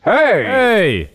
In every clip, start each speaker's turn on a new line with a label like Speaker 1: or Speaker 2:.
Speaker 1: Hey!
Speaker 2: Hey!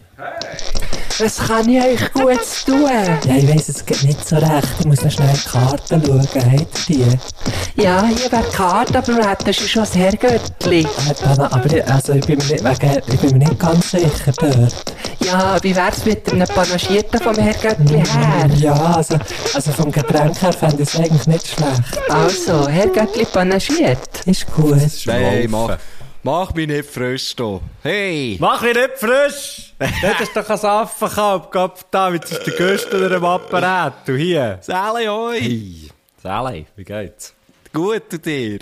Speaker 3: Was kann ich euch Gutes tun?
Speaker 4: Ja, ich weiss es geht nicht so recht. Ich muss noch schnell in die Karten schauen. Habt ihr die? äh,
Speaker 3: Ja, hier wäre die Karte, aber das ist schon das Herrgöttli.
Speaker 4: Äh, Aber, aber ich- also ich, bin mir nicht, wegen, ich bin mir nicht ganz sicher dort.
Speaker 3: Ja, wie wär's mit einem Panagierten vom Herrgöttli her?
Speaker 4: Ja, also, also vom Getränk her fände ich es eigentlich nicht schlecht.
Speaker 3: Also, Herrgöttli panagiert.
Speaker 4: Ist gut.
Speaker 5: Hey, mach, mach mich nicht frisch hier. Hey!
Speaker 2: Mach ihn nicht frisch! Das ist doch ein Affenkalb, Kopf da, mit ist der Güste oder dem Apparat. Du hier.
Speaker 5: Sally, hoi!
Speaker 2: Sally, wie geht's?
Speaker 5: Gut und dir?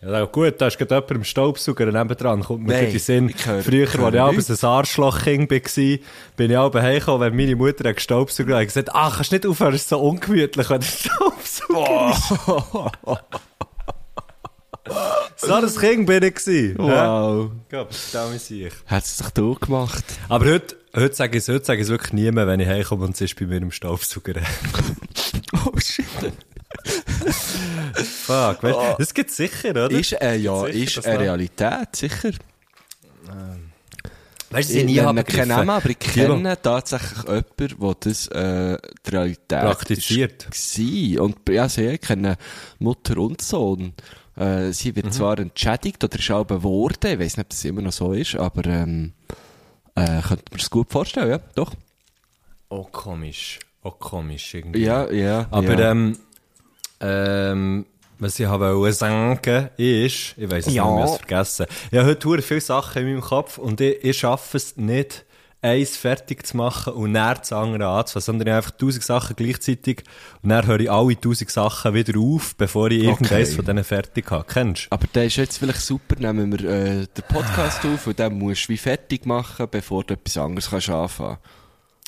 Speaker 2: Ja, gut, da ist gerade jemand im Staubsauger nebendran. Kommt mir
Speaker 5: Nein,
Speaker 2: gerade in den Sinn.
Speaker 5: ich höre-
Speaker 2: Früher,
Speaker 5: ich höre
Speaker 2: als ich abends
Speaker 5: nichts.
Speaker 2: ein Arschlochkind war, bin ich abends heimgekommen, wenn meine Mutter einen Staubsauger hat, und gesagt, ach, kannst nicht aufhören, es ist so ungemütlich, wenn der Staubsauger ist. Oh. so ein Kind bin ich gewesen.
Speaker 5: Wow.
Speaker 2: Gott, da muss ich.
Speaker 5: Hat es dich du gemacht?
Speaker 2: Aber heute, heute sage ich es, heute sage ich es wirklich niemandem, wenn ich heimkomme und es ist bei mir im Staubsauger.
Speaker 5: Oh shit.
Speaker 2: Fuck, weißt, du, das gibt sicher, oder?
Speaker 5: Ist, äh, ja,
Speaker 2: Sicher,
Speaker 5: ist
Speaker 2: dass
Speaker 5: eine
Speaker 2: da-
Speaker 5: Realität, sicher.
Speaker 2: weißt du,
Speaker 5: Ich
Speaker 2: nie
Speaker 5: nenne
Speaker 2: habe
Speaker 5: keinen Namen, aber ich
Speaker 2: Die, die-
Speaker 5: kenne tatsächlich jemanden, der das äh, die Realität
Speaker 2: Praktiziert.
Speaker 5: ist gewesen. Und ja, sie kennen Mutter und Sohn. Äh, sie wird zwar entschädigt oder ist auch geworden, ich weiß nicht, ob das immer noch so ist, aber ähm, äh, könnte man es gut vorstellen, ja, doch.
Speaker 2: Oh, komisch. Oh, komisch irgendwie.
Speaker 5: Ja, ja.
Speaker 2: Aber
Speaker 5: ja.
Speaker 2: ähm, ähm, was ich habe wollen sagen ist, ich weiß es nicht, ich habe es vergessen. Ich habe heute hure viele Sachen in meinem Kopf und ich, ich schaffe es nicht, eins fertig zu machen und dann das andere anzufangen, sondern ich habe einfach tausend Sachen gleichzeitig und dann höre ich alle tausend Sachen wieder auf, bevor ich irgendeines
Speaker 5: Okay.
Speaker 2: von denen fertig habe. Kennst du?
Speaker 5: Aber der ist jetzt vielleicht super, nehmen wir äh, den Podcast auf und den musst du wie fertig machen, bevor du etwas anderes kannst anfangen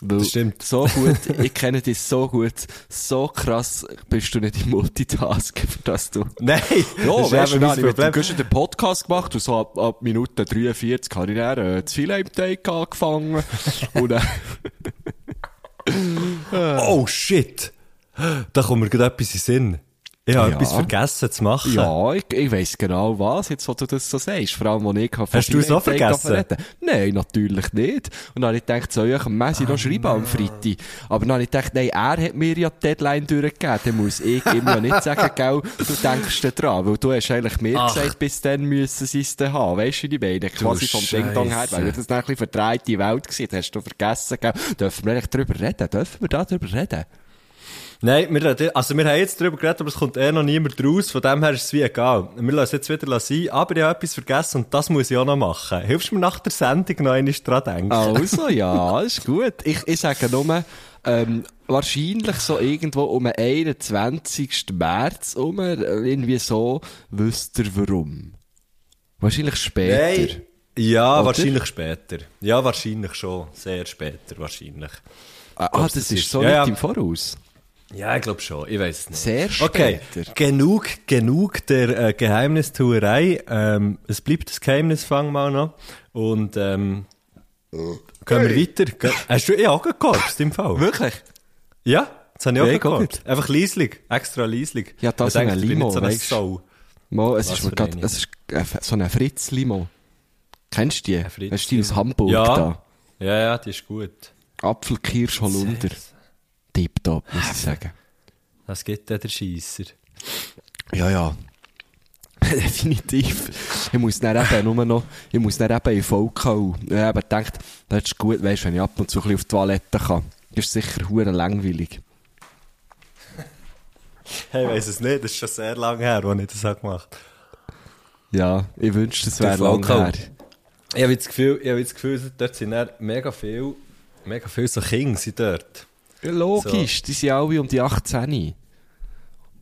Speaker 5: Weil
Speaker 2: Das stimmt.
Speaker 5: So gut, ich kenne dich so gut, so krass bist du nicht im Multitasking, für das du...
Speaker 2: Nein! das ist eben mein Problem.
Speaker 5: hast den Podcast gemacht und so ab, ab Minute 43 habe ich dann äh, das Filet im Teig angefangen und dann...
Speaker 2: Oh shit! Da kommt mir gerade etwas in den Sinn. Ich habe
Speaker 5: Ja.
Speaker 2: etwas vergessen zu machen.
Speaker 5: Ja, ich, ich weiss genau was, jetzt, wo du das so sagst. Vor allem, wo ich von
Speaker 2: Hast du es auch
Speaker 5: Filet-Steak
Speaker 2: vergessen?
Speaker 5: reden. Nein, natürlich nicht. Und dann habe ich gedacht, soll ich dem Messi noch schreiben am Freitag? Aber dann habe ich gedacht, nein, er hat mir ja die Deadline durchgegeben. Dann muss ich ihm ja nicht sagen, gell, du denkst da dran. Weil du hast eigentlich mir
Speaker 2: Ach.
Speaker 5: gesagt, bis dann müssen sie es dann haben. Weisst du, die beiden? Quasi vom
Speaker 2: Scheisse.
Speaker 5: Ding-Dong her. Weil das dann ein bisschen verdrehte Welt gewesen. Hast du vergessen, gell? Dürfen wir eigentlich drüber reden? Dürfen wir da drüber reden?
Speaker 2: Nein, wir, reden- also wir haben jetzt darüber geredet, aber es kommt eh noch niemand raus. Von dem her ist es wie egal. Wir lassen es jetzt wieder sein, aber ich habe etwas vergessen und das muss ich auch noch machen. Hilfst du mir nach der Sendung noch einmal dran denken?
Speaker 5: Also, ja, ist gut. Ich, ich sage nur, ähm, wahrscheinlich so irgendwo um den 21. März um, irgendwie so, wüsst ihr warum. Wahrscheinlich später.
Speaker 2: Nein. Ja,
Speaker 5: Oder?
Speaker 2: wahrscheinlich später. Ja, wahrscheinlich schon. Sehr später, wahrscheinlich.
Speaker 5: Ah,
Speaker 2: glaub,
Speaker 5: das,
Speaker 2: das
Speaker 5: ist
Speaker 2: ist-
Speaker 5: so
Speaker 2: ja,
Speaker 5: nicht
Speaker 2: ja.
Speaker 5: im Voraus.
Speaker 2: Ja, ich glaube schon. Ich weiß es nicht.
Speaker 5: Sehr
Speaker 2: Okay,
Speaker 5: später.
Speaker 2: genug, genug der äh, Geheimnistuerei. Ähm, es bleibt das Geheimnis, fangen wir mal noch. Und ähm, gehen wir weiter. Ge Hast du eh auch gekorpst im Fall?
Speaker 5: Wirklich?
Speaker 2: Ja, das habe ich
Speaker 5: Ja,
Speaker 2: auch
Speaker 5: ich auch
Speaker 2: gekocht. Einfach leislig, extra leislig.
Speaker 5: Ja, das
Speaker 2: Ich
Speaker 5: in
Speaker 2: denke,
Speaker 5: einer
Speaker 2: ich bin
Speaker 5: Limo,
Speaker 2: nicht so eine
Speaker 5: weisst du.
Speaker 2: Sau.
Speaker 5: Mo, es
Speaker 2: Was
Speaker 5: ist mir
Speaker 2: für
Speaker 5: grad,
Speaker 2: eine?
Speaker 5: es ist äh, so eine Fritz-Limo. Kennst du die?
Speaker 2: Fritz-Limo.
Speaker 5: Hast du die aus Hamburg
Speaker 2: Ja. ja, ja, die ist gut.
Speaker 5: da? Apfelkirsch Holunder. Tipptopp, muss ich sagen.
Speaker 2: Das gibt dann der Scheisser.
Speaker 5: Ja, ja. Definitiv. Ich muss dann eben nur noch, ich muss dann eben in Vollkau. Ich habe gedacht, das ist gut, weißt, wenn ich ab und zu ein bisschen auf die Toilette kann. Ist sicher hure langweilig.
Speaker 2: Hey, ich weiss es nicht, das ist schon sehr lange her, als ich das habe gemacht habe.
Speaker 5: Ja, ich wünschte, es wäre
Speaker 2: Der
Speaker 5: lang
Speaker 2: Vollkau.
Speaker 5: her.
Speaker 2: Ich habe das Gefühl, ich habe das Gefühl dort sind dann mega viel, mega viel so Kinder sind dort.
Speaker 5: Ja, logisch, die sind alle um die 18.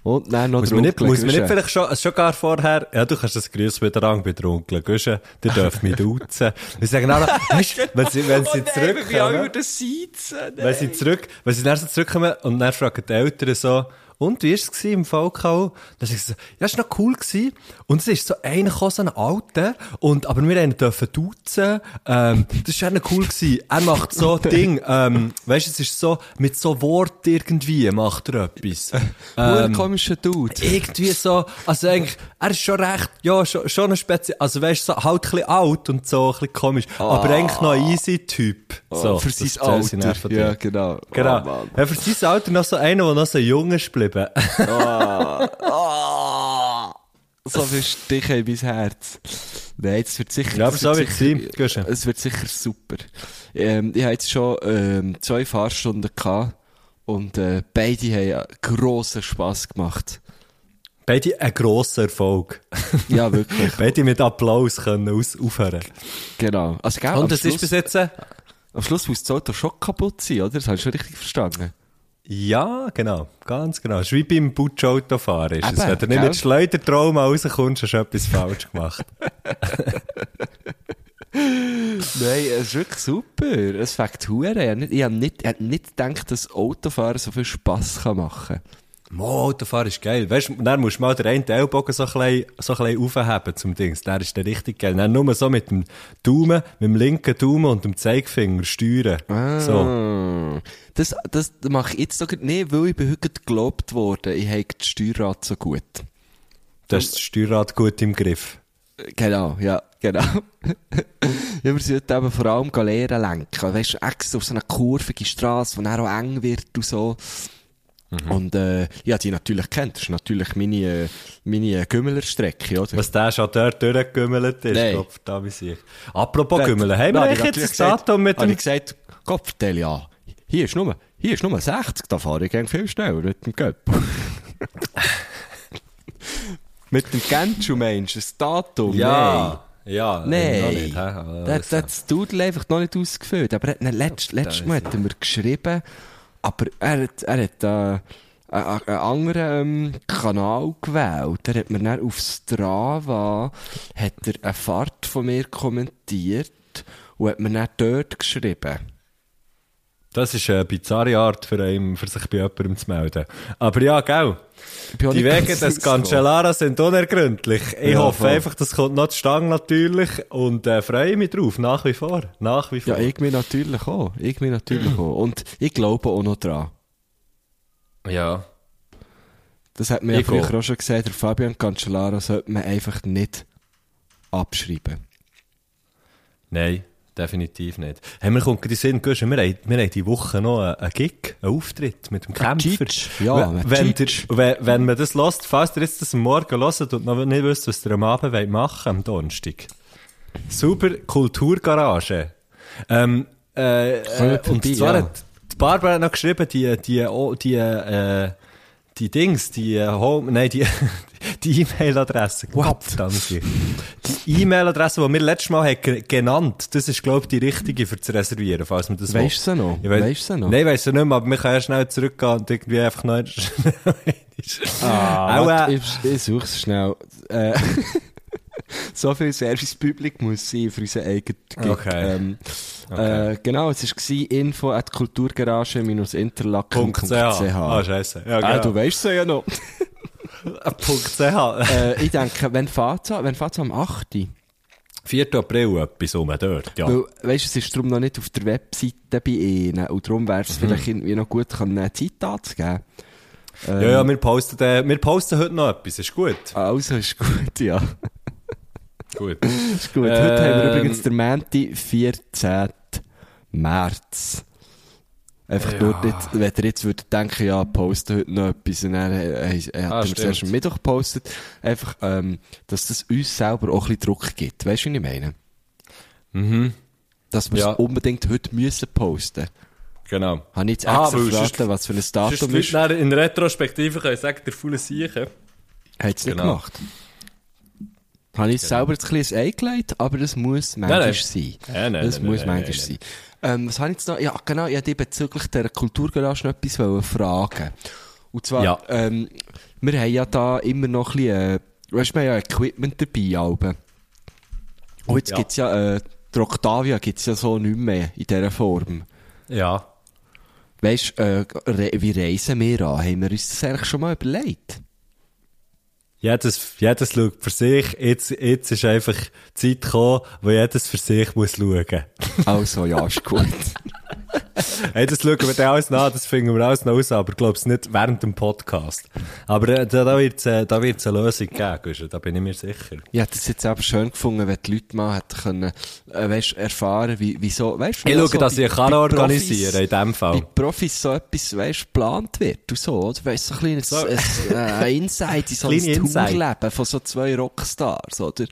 Speaker 5: Und dann noch
Speaker 2: Muss
Speaker 5: der
Speaker 2: man, nicht,
Speaker 5: Onkel,
Speaker 2: muss man nicht
Speaker 5: grüße.
Speaker 2: vielleicht schon, also schon gar vorher, ja, du kannst das Grüß wieder an bei der Onkel, gehst du? Die dürfen mich duzen. Wir sagen auch noch, weisst du, wenn sie, wenn sie zurückkommen.
Speaker 5: das Seizen.
Speaker 2: Wenn sie zurück, wenn sie dann so zurückkommen und dann fragen die Eltern so, und wie war es gewesen im VKO? Das ist so, ja, es war noch cool gewesen. Und es ist so einer gekommen, so ein Alter. Und, aber wir haben ihn dürfen duzen. Ähm, das war noch cool gewesen. Er macht so Ding, ähm, weisst, es ist so, mit so Wort irgendwie macht er etwas.
Speaker 5: Äh, Ein
Speaker 2: Ähm,
Speaker 5: komischer Dude.
Speaker 2: irgendwie so, also eigentlich, er ist schon recht, ja, schon, schon ein Spezi, also weißt du, so, halt ein bisschen alt und so, ein bisschen komisch, aber eigentlich noch ein easy Typ. So,
Speaker 5: Ah. für
Speaker 2: das
Speaker 5: sein
Speaker 2: erzählen sie dann
Speaker 5: Alter.
Speaker 2: von
Speaker 5: Ja,
Speaker 2: dir.
Speaker 5: genau.
Speaker 2: Genau.
Speaker 5: Oh, Mann.
Speaker 2: ja, für sein Alter noch so einer, der noch so jung ist geblieben.
Speaker 5: So viel Stich in mein Herz. Nein, es wird sicher...
Speaker 2: Ja, aber
Speaker 5: es
Speaker 2: so
Speaker 5: wird
Speaker 2: wird's
Speaker 5: sicher-
Speaker 2: sein. Gehst du?
Speaker 5: Es wird sicher super. Ähm, ich hatte jetzt schon ähm, zwei Fahrstunden gehabt und äh, beide haben grossen Spass gemacht.
Speaker 2: Beide ein grosser Erfolg.
Speaker 5: Ja, wirklich.
Speaker 2: Beide mit Applaus können aus aufhören.
Speaker 5: genau. Also, gell, am,
Speaker 2: Und es ist
Speaker 5: Schluss,
Speaker 2: bis jetzt, äh,
Speaker 5: am Schluss muss das Auto schon kaputt sein, oder? Das habe ich schon richtig verstanden.
Speaker 2: ja, genau, ganz genau. Es ist wie beim Putschautofahren. Ist es.
Speaker 5: Eben,
Speaker 2: Wenn du nicht
Speaker 5: gell?
Speaker 2: mit Schleudertrauma rauskommst, hast du etwas falsch gemacht.
Speaker 5: Nein, es ist wirklich super. Es fängt Huren. Ich habe nicht, ich habe nicht, ich habe nicht gedacht, dass Autofahren so viel Spass kann machen
Speaker 2: Mo, Autofahren ist geil. Weißt du, dann musst du mal den einen Ellbogen so ein bisschen, so ein bisschen aufheben zum Dings. Der ist dann richtig geil. Dann nur so mit dem Daumen, mit dem linken Daumen und dem Zeigefinger steuern.
Speaker 5: Ah.
Speaker 2: So.
Speaker 5: So. Ah. Das, das mache ich jetzt doch nicht, weil ich bin heute gelobt worden. Ich habe das Steuerrad so gut.
Speaker 2: Du hast das Steuerrad gut im Griff.
Speaker 5: Äh, Genau, ja, genau. ja, wir sollten eben vor allem gehen lernen lenken. Weißt du, extra auf so einer kurvigen Straße, die dann auch eng wird und so.
Speaker 2: Mhm.
Speaker 5: Und äh, ja, die natürlich kennt. Das ist natürlich meine, äh, meine Gümmelerstrecke, oder?
Speaker 2: Was der schon dort durchgegümmelt ist,
Speaker 5: Nein.
Speaker 2: Kopf, da wie sich. Apropos
Speaker 5: Dort-
Speaker 2: Gümmeln, haben wir
Speaker 5: Nein,
Speaker 2: eigentlich
Speaker 5: hab natürlich
Speaker 2: jetzt ein Datum mit
Speaker 5: hab
Speaker 2: dem...
Speaker 5: ich gesagt, Kopfteil, ja. Hier ist nur, hier ist nur 60, da fahre ich gern viel schneller mit dem Köpp. mit dem Genschu meinst du, das Datum?
Speaker 2: Ja, ja. noch
Speaker 5: Nein. Nein.
Speaker 2: nicht, hä? Aber
Speaker 5: das,
Speaker 2: das-
Speaker 5: das Dudel einfach noch nicht ausgefüllt. Aber er hat- nein, letzt, letztes Mal hat er mir geschrieben, aber "Ah, er hat, er hat äh, einen, einen anderen ähm, Kanal gewählt. Er hat mir dann auf Strava hat er eine Fahrt von mir kommentiert und hat mir dann dort geschrieben.
Speaker 2: Das ist eine bizarre Art, für, einen, für sich bei jemandem zu melden. Aber ja, gell.
Speaker 5: Ich bin auch
Speaker 2: Die
Speaker 5: nicht
Speaker 2: Wege
Speaker 5: ganz
Speaker 2: des
Speaker 5: rausgekommen.
Speaker 2: Cancellara sind unergründlich. Ich
Speaker 5: Ja,
Speaker 2: hoffe
Speaker 5: voll.
Speaker 2: einfach, das kommt noch zustande natürlich und äh, freue mich drauf, nach wie vor. Nach wie vor.
Speaker 5: Ja, ich mir natürlich auch. Ich mir natürlich auch. Und ich glaube auch noch dran.
Speaker 2: ja.
Speaker 5: Das hat mir ja
Speaker 2: Ich
Speaker 5: früher
Speaker 2: auch.
Speaker 5: auch schon gesagt, der Fabian Cancellara sollte man einfach nicht abschreiben.
Speaker 2: Nein, definitiv nicht. Hey, mir kommt gerade in den Sinn, Guschen, wir haben, wir haben diese Woche noch einen, einen Gig, einen Auftritt mit dem Kämpfer.
Speaker 5: Cheat. Ja,
Speaker 2: wenn,
Speaker 5: ein
Speaker 2: wenn, der,
Speaker 5: Cheat.
Speaker 2: wenn, wenn man das hört, falls ihr jetzt das am Morgen hört und noch nicht wisst, was ihr am Abend wollt machen am Donnerstag. Super Kulturgarage. Ähm, äh, äh,
Speaker 5: Kommt
Speaker 2: und
Speaker 5: vorbei,
Speaker 2: zwar
Speaker 5: ja.
Speaker 2: hat die Barbara hat noch geschrieben, die, die, oh, die, äh, die Dings, die äh, Home, nein, die, die E-Mail-Adresse.
Speaker 5: What?
Speaker 2: Danke. Die E-Mail-Adresse, die wir letztes Mal hat ge- genannt das ist, glaube ich, die richtige für zu reservieren, falls man das
Speaker 5: Weisst du sie noch?
Speaker 2: Ich weiss-
Speaker 5: Weisst du sie noch?
Speaker 2: Nein, weiss ich nicht mehr, aber wir können ja schnell zurückgehen und irgendwie einfach noch schnell.
Speaker 5: Ah,
Speaker 2: Auch, äh,
Speaker 5: ich, ich suche es schnell. Äh, so viel Service Public muss sein für unseren eigenen Gig.
Speaker 2: Okay.
Speaker 5: Ähm, Äh, genau, es war info at
Speaker 2: Punkt
Speaker 5: kulturgarage-interlaken.ch.
Speaker 2: .ch. Ah, scheiße. Ja,
Speaker 5: Ah,
Speaker 2: genau.
Speaker 5: du weißt es ja noch.
Speaker 2: Punkt .ch.
Speaker 5: äh, ich denke, wenn fährt's an? Wenn fährt's am 8.
Speaker 2: 4. April etwas um dort, ja.
Speaker 5: Weil, weißt du, es ist darum noch nicht auf der Webseite bei ihnen und darum wäre
Speaker 2: Mhm.
Speaker 5: es vielleicht irgendwie noch gut, können, eine Zeit anzugeben. Ähm,
Speaker 2: Ja, ja, wir posten, äh, wir posten heute noch etwas, ist gut.
Speaker 5: Also ist gut, ja.
Speaker 2: Gut.
Speaker 5: Ist gut. Heute haben wir
Speaker 2: Ähm,
Speaker 5: übrigens den Mänti, 14. März. Einfach nur nicht, wenn ihr jetzt würdet denken, ja, posten heute noch etwas, und dann äh, äh, hat
Speaker 2: Ah,
Speaker 5: er es
Speaker 2: stimmt.
Speaker 5: erst am Mittag gepostet, einfach, ähm, dass das uns selber auch ein bisschen Druck gibt. Weißt du, was ich meine? Mhm. Dass wir
Speaker 2: Mhm. Ja.
Speaker 5: es unbedingt heute müssen posten.
Speaker 2: Genau.
Speaker 5: Habe ich jetzt
Speaker 2: Ah,
Speaker 5: extra
Speaker 2: weil
Speaker 5: verraten,
Speaker 2: sonst-
Speaker 5: was für ein
Speaker 2: Sonst die
Speaker 5: Datum
Speaker 2: Leute
Speaker 5: ist?
Speaker 2: nachher in Retrospektive können sagen, der faule Siechen.
Speaker 5: Hat es nicht
Speaker 2: Genau.
Speaker 5: gemacht. Habe ich selber jetzt ein bisschen eingelegt, aber das muss manchmal
Speaker 2: nein.
Speaker 5: sein.
Speaker 2: Ja, nein,
Speaker 5: das
Speaker 2: nein,
Speaker 5: muss
Speaker 2: nein,
Speaker 5: manchmal
Speaker 2: nein,
Speaker 5: sein. Ähm, was habe ich jetzt noch? Ja, genau, ich wollte dich bezüglich der Kulturgarage noch etwas wollen fragen. Und zwar,
Speaker 2: Ja.
Speaker 5: ähm, wir haben ja da immer noch ein bisschen, äh, weißt du, wir haben ja Equipment dabei, Alben. Und jetzt
Speaker 2: Ja.
Speaker 5: gibt's ja, äh, die Octavia gibt's ja so nicht mehr in dieser Form.
Speaker 2: Ja.
Speaker 5: Weißt du, äh, re wie reisen wir an? Haben wir uns das eigentlich schon mal überlegt?
Speaker 2: Jedes, jedes schaut für sich. Jetzt, jetzt ist einfach die Zeit gekommen, wo jedes für sich muss schauen.
Speaker 5: Also, ja, ist gut.
Speaker 2: hey, das schauen wir dann alles nach, das finden wir alles noch raus, aber glaub's nicht während dem Podcast. Aber äh, da, da wird's, äh, da wird's eine Lösung geben, Guschen, da bin ich mir sicher.
Speaker 5: Ich hätte es jetzt aber schön gefunden, wenn die Leute mal hätten können, äh, weißt, erfahren, wie, wieso, weißt,
Speaker 2: Ich schaue, dass ich kann organisieren in dem
Speaker 5: Bei
Speaker 2: Fall.
Speaker 5: Profis so etwas, weißt, geplant wird und so, oder? Weißt, so ein kleines,
Speaker 2: So.
Speaker 5: ein, äh, ein Insight in so ein
Speaker 2: Kleine Insight.
Speaker 5: Tourleben von so zwei Rockstars, oder?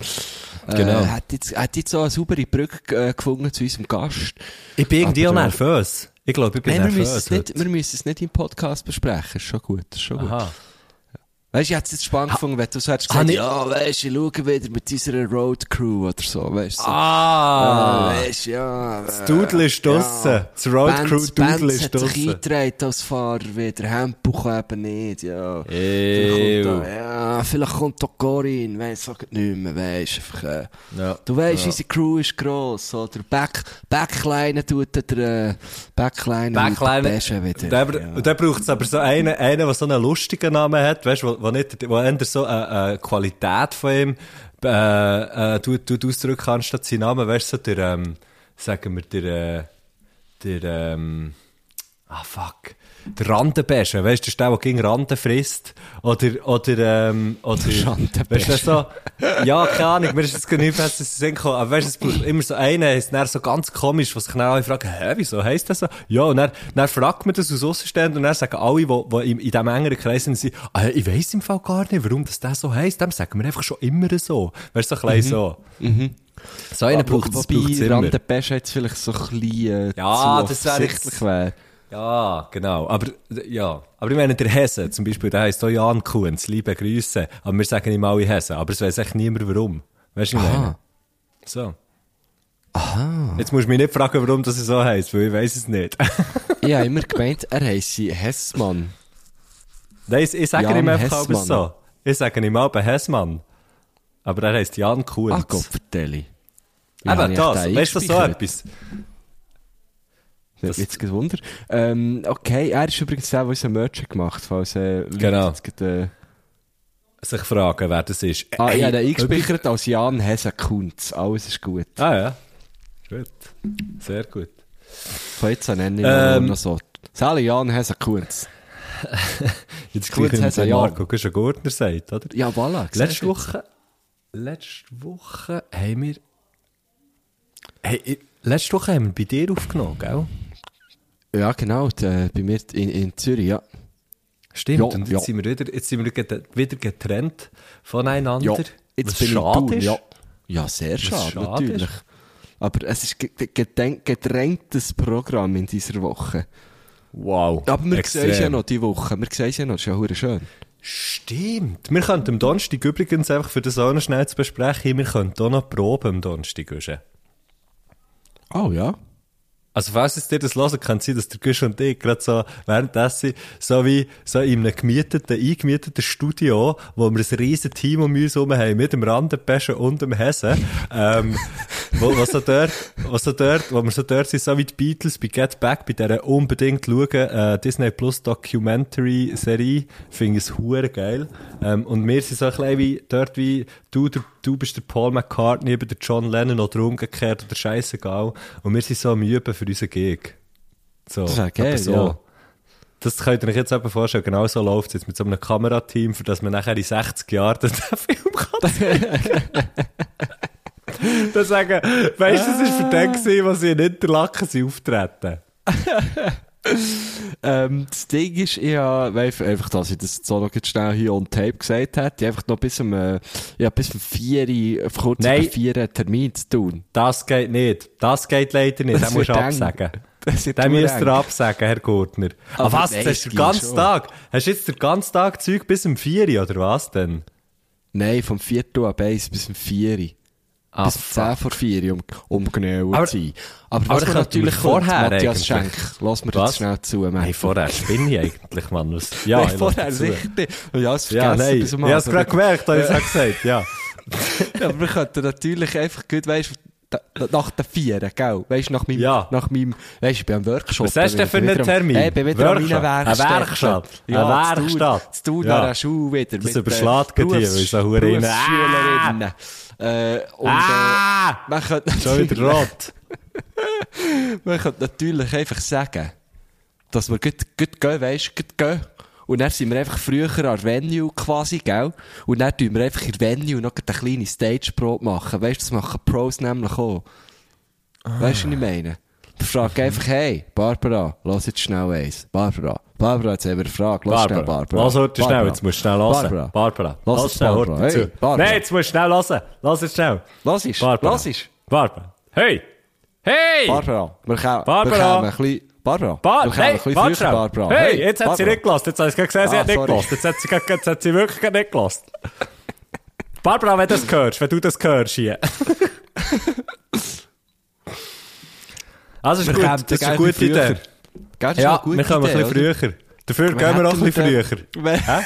Speaker 2: Genau.
Speaker 5: Äh, hat jetzt, hat jetzt so eine saubere Brücke äh, gefunden zu unserem Gast.
Speaker 2: Ich bin irgendwie auch
Speaker 5: Aber-
Speaker 2: nervös. Ich glaube, ich bin
Speaker 5: Nein, wir müssen,
Speaker 2: nervös.
Speaker 5: es nicht, wir müssen es nicht im Podcast besprechen. Ist schon gut, ist schon
Speaker 2: heute.
Speaker 5: gut.
Speaker 2: Aha.
Speaker 5: Weißt du, ich hätte es jetzt spannend gefunden, wenn du so hättest
Speaker 2: Ah,
Speaker 5: gesagt,
Speaker 2: nicht-
Speaker 5: ja, weißt du, ich schaue wieder mit unserer Road Crew oder so, weißt du. So.
Speaker 2: Ah!
Speaker 5: Weisst, ja.
Speaker 2: Das Dudel ist draussen. Das Road Crew Dudel
Speaker 5: Benz
Speaker 2: ist
Speaker 5: hat sich
Speaker 2: draussen.
Speaker 5: eingetragen als Fahrer wieder, Hempuch eben nicht, ja.
Speaker 2: Ew.
Speaker 5: Vielleicht kommt da, ja, vielleicht kommt da Corin, weiss auch nicht mehr, weisst, einfach, äh,
Speaker 2: Ja.
Speaker 5: Du weisst, unsere Crew ist gross, oder? Back, Backline tut der, äh, Backline
Speaker 2: Backline.
Speaker 5: tut der Besche wieder.
Speaker 2: Und dann, und dann braucht es aber so einen, einen, der so einen lustigen Namen hat, weißt du, der nicht, wo eher so eine, eine Qualität von ihm, äh, äh, du, du, du ausdrücken kannst, statt seinen Namen, weißt du, so der, ähm, sagen wir, der, äh, der, ähm, ah fuck, der Randenbäsche, weißt du, das ist der, der gegen Randen frisst, oder, oder, ähm, oder,
Speaker 5: Randenbäsche.
Speaker 2: weisst du, so, ja, keine Ahnung, mir ist jetzt gar nicht fest, dass es Sinn gekommen, aber weißt du, es braucht immer so einen, es ist dann so ganz komisch, was sich dann alle fragen, hä, wieso heisst das so? Ja, und dann, dann fragt man das aus Aussenständen und dann sagen alle, die, die in, in diesem engeren Kreis sind, sie, ah, ich weiss im Fall gar nicht, warum das der so heisst, dem sagen wir einfach schon immer so. Weißt du, so ein bisschen so. So einen braucht es braucht's
Speaker 5: Wobei,
Speaker 2: immer.
Speaker 5: Rand der Besche jetzt vielleicht so ein bisschen, äh,
Speaker 2: Ja,
Speaker 5: zu
Speaker 2: das wär jetzt-
Speaker 5: offensichtlich wär.
Speaker 2: Ja, genau. Aber, ja. Aber ich meine, der Hesse zum Beispiel, der heisst auch Jan Kunz, liebe Grüße. Aber wir sagen ihm alle Hesse, aber es weiss echt niemand warum. Weißt du, was ich meine? So. Aha. Jetzt musst du mich nicht fragen, warum das so heisst, weil ich weiss es nicht.
Speaker 5: Ich habe immer gemeint, er heisse Hessmann.
Speaker 2: Nein, ich, ich sage
Speaker 5: Jan
Speaker 2: ihm einfach aber
Speaker 5: Hessmann.
Speaker 2: so. Ich sage ihm auch Hessmann. Aber er heisst Jan Kunz.
Speaker 5: Ach Gott, vertelle.
Speaker 2: Eben das, weißt du, so etwas.
Speaker 5: Das jetzt kein Wunder. Ähm, okay, er ist übrigens der, der unseren Merch hat gemacht falls äh, Leute
Speaker 2: Genau.
Speaker 5: jetzt gerade,
Speaker 2: Sich fragen, wer das ist.
Speaker 5: äh, Ah,
Speaker 2: Ey,
Speaker 5: ja, der eingespeichert als Jan Hesse-Kunz. Alles ist gut.
Speaker 2: Ah, ja. Gut. Sehr gut.
Speaker 5: Von jetzt an nenne ich ihn
Speaker 2: Ähm.
Speaker 5: nur noch so. Sally Jan Hesse-Kunz.
Speaker 2: Jetzt
Speaker 5: Gut,
Speaker 2: gleich
Speaker 5: Cäsar,
Speaker 2: mit
Speaker 5: ja.
Speaker 2: Marco Guschen Gurtner sagt, oder?
Speaker 5: Ja, voilà. siehst
Speaker 2: Letzte
Speaker 5: du jetzt.
Speaker 2: Woche, letzte Woche haben wir, hey, ich, letzte Woche haben wir bei dir aufgenommen, gell?
Speaker 5: Ja, genau. d- äh, bei mir in, in Zürich, ja.
Speaker 2: Stimmt.
Speaker 5: Ja,
Speaker 2: und jetzt
Speaker 5: ja.
Speaker 2: sind wir wieder, jetzt sind wir get- wieder getrennt voneinander.
Speaker 5: ja.
Speaker 2: was
Speaker 5: bin ich in Thun,
Speaker 2: schade ist.
Speaker 5: Ja. ja, sehr schade,
Speaker 2: schade
Speaker 5: natürlich.
Speaker 2: ist.
Speaker 5: Aber es ist ge- ge- gedenk- gedrängtes Programm in dieser Woche.
Speaker 2: Wow.
Speaker 5: Aber wir
Speaker 2: extrem.
Speaker 5: sehen es ja noch die Woche. Wir sehen es ja noch. Das ist ja hure schön.
Speaker 2: Stimmt. Wir könnten am Donnerstag übrigens einfach für das auch noch schnell zu besprechen, wir könnten auch noch proben am Donnerstag. Guschen.
Speaker 5: Oh ja.
Speaker 2: Also falls es dir das hören, kann es sein, dass der Gusch und ich gerade so währenddessen so wie so in einem gemieteten, eingemieteten Studio, wo wir ein riesen Team um uns herum haben, mit dem Randenpeschen und dem Hessen, ähm, wo, wo, so dort, wo, so dort, wo wir so dort sind, so wie die Beatles bei Get Back, bei dieser unbedingt schauen, äh, Disney Plus Documentary-Serie, finde ich es hure geil. Ähm, und wir sind so ein bisschen wie, dort wie, du, der, du bist der Paul McCartney über der John Lennon oder umgekehrt oder scheißegal. Und wir sind so am Üben für unseren Gig. So,
Speaker 5: Das wär geil,
Speaker 2: aber so.
Speaker 5: ja.
Speaker 2: Das könnt ihr euch jetzt eben vorstellen, genau so läuft es jetzt mit so einem Kamerateam, für das man nachher in 60 Jahren den Film kann zeigen. Dann sagen, weißt du, das war für
Speaker 5: Ah.
Speaker 2: den, gewesen, was sie in Interlaken sind auftreten.
Speaker 5: Ähm, das Ding ist, ich habe, weil einfach, dass ich das so noch jetzt schnell hier on tape gesagt hätte, ich habe einfach noch bis um, äh, ja, bis um 4 Uhr, auf kurz
Speaker 2: Nein.
Speaker 5: über 4 einen Termin zu tun.
Speaker 2: Das geht nicht. Das geht leider nicht.
Speaker 5: Das
Speaker 2: Den musst du
Speaker 5: wird eng.
Speaker 2: absagen.
Speaker 5: Das wird
Speaker 2: Den
Speaker 5: nur
Speaker 2: müsst
Speaker 5: eng.
Speaker 2: ihr absagen, Herr Gurtner. Aber
Speaker 5: Aber
Speaker 2: was?
Speaker 5: nein,
Speaker 2: Jetzt hast du den
Speaker 5: es geht
Speaker 2: ganzen
Speaker 5: schon.
Speaker 2: Tag, hast du jetzt den ganzen Tag Zeug bis um 4 Uhr, oder was denn?
Speaker 5: Nein, vom 4 Uhr ab 1 bis um 4 Uhr.
Speaker 2: Ah,
Speaker 5: bis um 10 vor 4 Uhr, um, um genau
Speaker 2: Aber-
Speaker 5: zu sein. Aber,
Speaker 2: aber
Speaker 5: was
Speaker 2: das könnten
Speaker 5: man
Speaker 2: wir
Speaker 5: natürlich
Speaker 2: vorher
Speaker 5: könnte, Matthias
Speaker 2: eigentlich.
Speaker 5: Schenk, lass mir
Speaker 2: Was?
Speaker 5: das schnell zu, Mann.
Speaker 2: Hey, vorher spinne ich eigentlich, Mann. Was- Ja, ich
Speaker 5: nein,
Speaker 2: lass
Speaker 5: vorher
Speaker 2: dir zu.
Speaker 5: richtig. Ja, es
Speaker 2: Ja,
Speaker 5: vergessen
Speaker 2: nein.
Speaker 5: bis
Speaker 2: Ich
Speaker 5: um
Speaker 2: habe es
Speaker 5: Abend.
Speaker 2: gerade gemerkt, habe ich es auch gesagt, ja.
Speaker 5: Ja, aber wir könnten natürlich einfach gut, weißt da- da- nach den Vieren, gell? Weißt du, nach meinem,
Speaker 2: Ja.
Speaker 5: nach meinem, weißt du, ich bin am Workshop.
Speaker 2: Was hast du denn für einen Termin?
Speaker 5: Ich bin wieder an
Speaker 2: Workshop?
Speaker 5: meiner
Speaker 2: Eine
Speaker 5: Werkstatt.
Speaker 2: Werkstatt?
Speaker 5: Ja,
Speaker 2: Eine
Speaker 5: zu Thun-
Speaker 2: Werkstatt?
Speaker 5: Zu tun,
Speaker 2: Ja.
Speaker 5: an der Schule wieder. mit, äh,
Speaker 2: überschlägt gerade hier, weil es eine Hure-
Speaker 5: Berufsschülerinnen. Äh, und,
Speaker 2: Ah!
Speaker 5: äh, man könnte
Speaker 2: Schon wieder
Speaker 5: natürlich-
Speaker 2: rot.
Speaker 5: Man könnte natürlich einfach sagen, dass wir gut, gut gehen, weisst, gut gehen. Und dann sind wir einfach früher an der Venue quasi, gell? Und dann tun wir einfach in der Venue noch eine kleine Stage-Probe machen. Weisst, das machen Pros nämlich auch.
Speaker 2: Ah.
Speaker 5: Weisst du, was ich meine? Ich frage einfach, hey, Barbara, lass jetzt schnell eins. Barbara, Barbara, jetzt haben wir eine Frage. Lass schnell,
Speaker 2: Barbara.
Speaker 5: Barbara.
Speaker 2: Lass heute schnell, jetzt musst du schnell hören.
Speaker 5: Barbara.
Speaker 2: Barbara. Barbara.
Speaker 5: Lass
Speaker 2: Lass
Speaker 5: jetzt
Speaker 2: schnell
Speaker 5: Barbara.
Speaker 2: heute
Speaker 5: Hey,
Speaker 2: zu.
Speaker 5: Barbara.
Speaker 2: Nein, jetzt musst du schnell hören. Lass jetzt schnell.
Speaker 5: Lass es,
Speaker 2: Barbara.
Speaker 5: lass es.
Speaker 2: Barbara. Hey! Hey!
Speaker 5: Barbara, wir kommen, wir
Speaker 2: Barbara.
Speaker 5: kommen ein bisschen, Barbara,
Speaker 2: Bar
Speaker 5: wir kommen ein
Speaker 2: hey,
Speaker 5: bisschen
Speaker 2: warte
Speaker 5: früher,
Speaker 2: schnell.
Speaker 5: Barbara.
Speaker 2: Hey, jetzt hat sie
Speaker 5: Barbara.
Speaker 2: nicht gelassen. Jetzt habe ich gerade gesehen, sie
Speaker 5: Ah,
Speaker 2: hat nicht
Speaker 5: sorry.
Speaker 2: gelassen. Jetzt hat sie, gerade- jetzt hat sie wirklich gerade nicht gelassen. Barbara, wenn du das hörst, wenn du das hörst hier. also, ist
Speaker 5: Wir
Speaker 2: gut.
Speaker 5: kommen
Speaker 2: Das ist eine
Speaker 5: gerne
Speaker 2: gute
Speaker 5: früher.
Speaker 2: Idee.
Speaker 5: Ganz
Speaker 2: Ja,
Speaker 5: schnell,
Speaker 2: wir
Speaker 5: gute
Speaker 2: kommen ein
Speaker 5: Idee,
Speaker 2: bisschen
Speaker 5: oder?
Speaker 2: früher. Dafür
Speaker 5: Wir
Speaker 2: gehen wir auch ein
Speaker 5: hätten
Speaker 2: bisschen
Speaker 5: den-
Speaker 2: früher.
Speaker 5: We-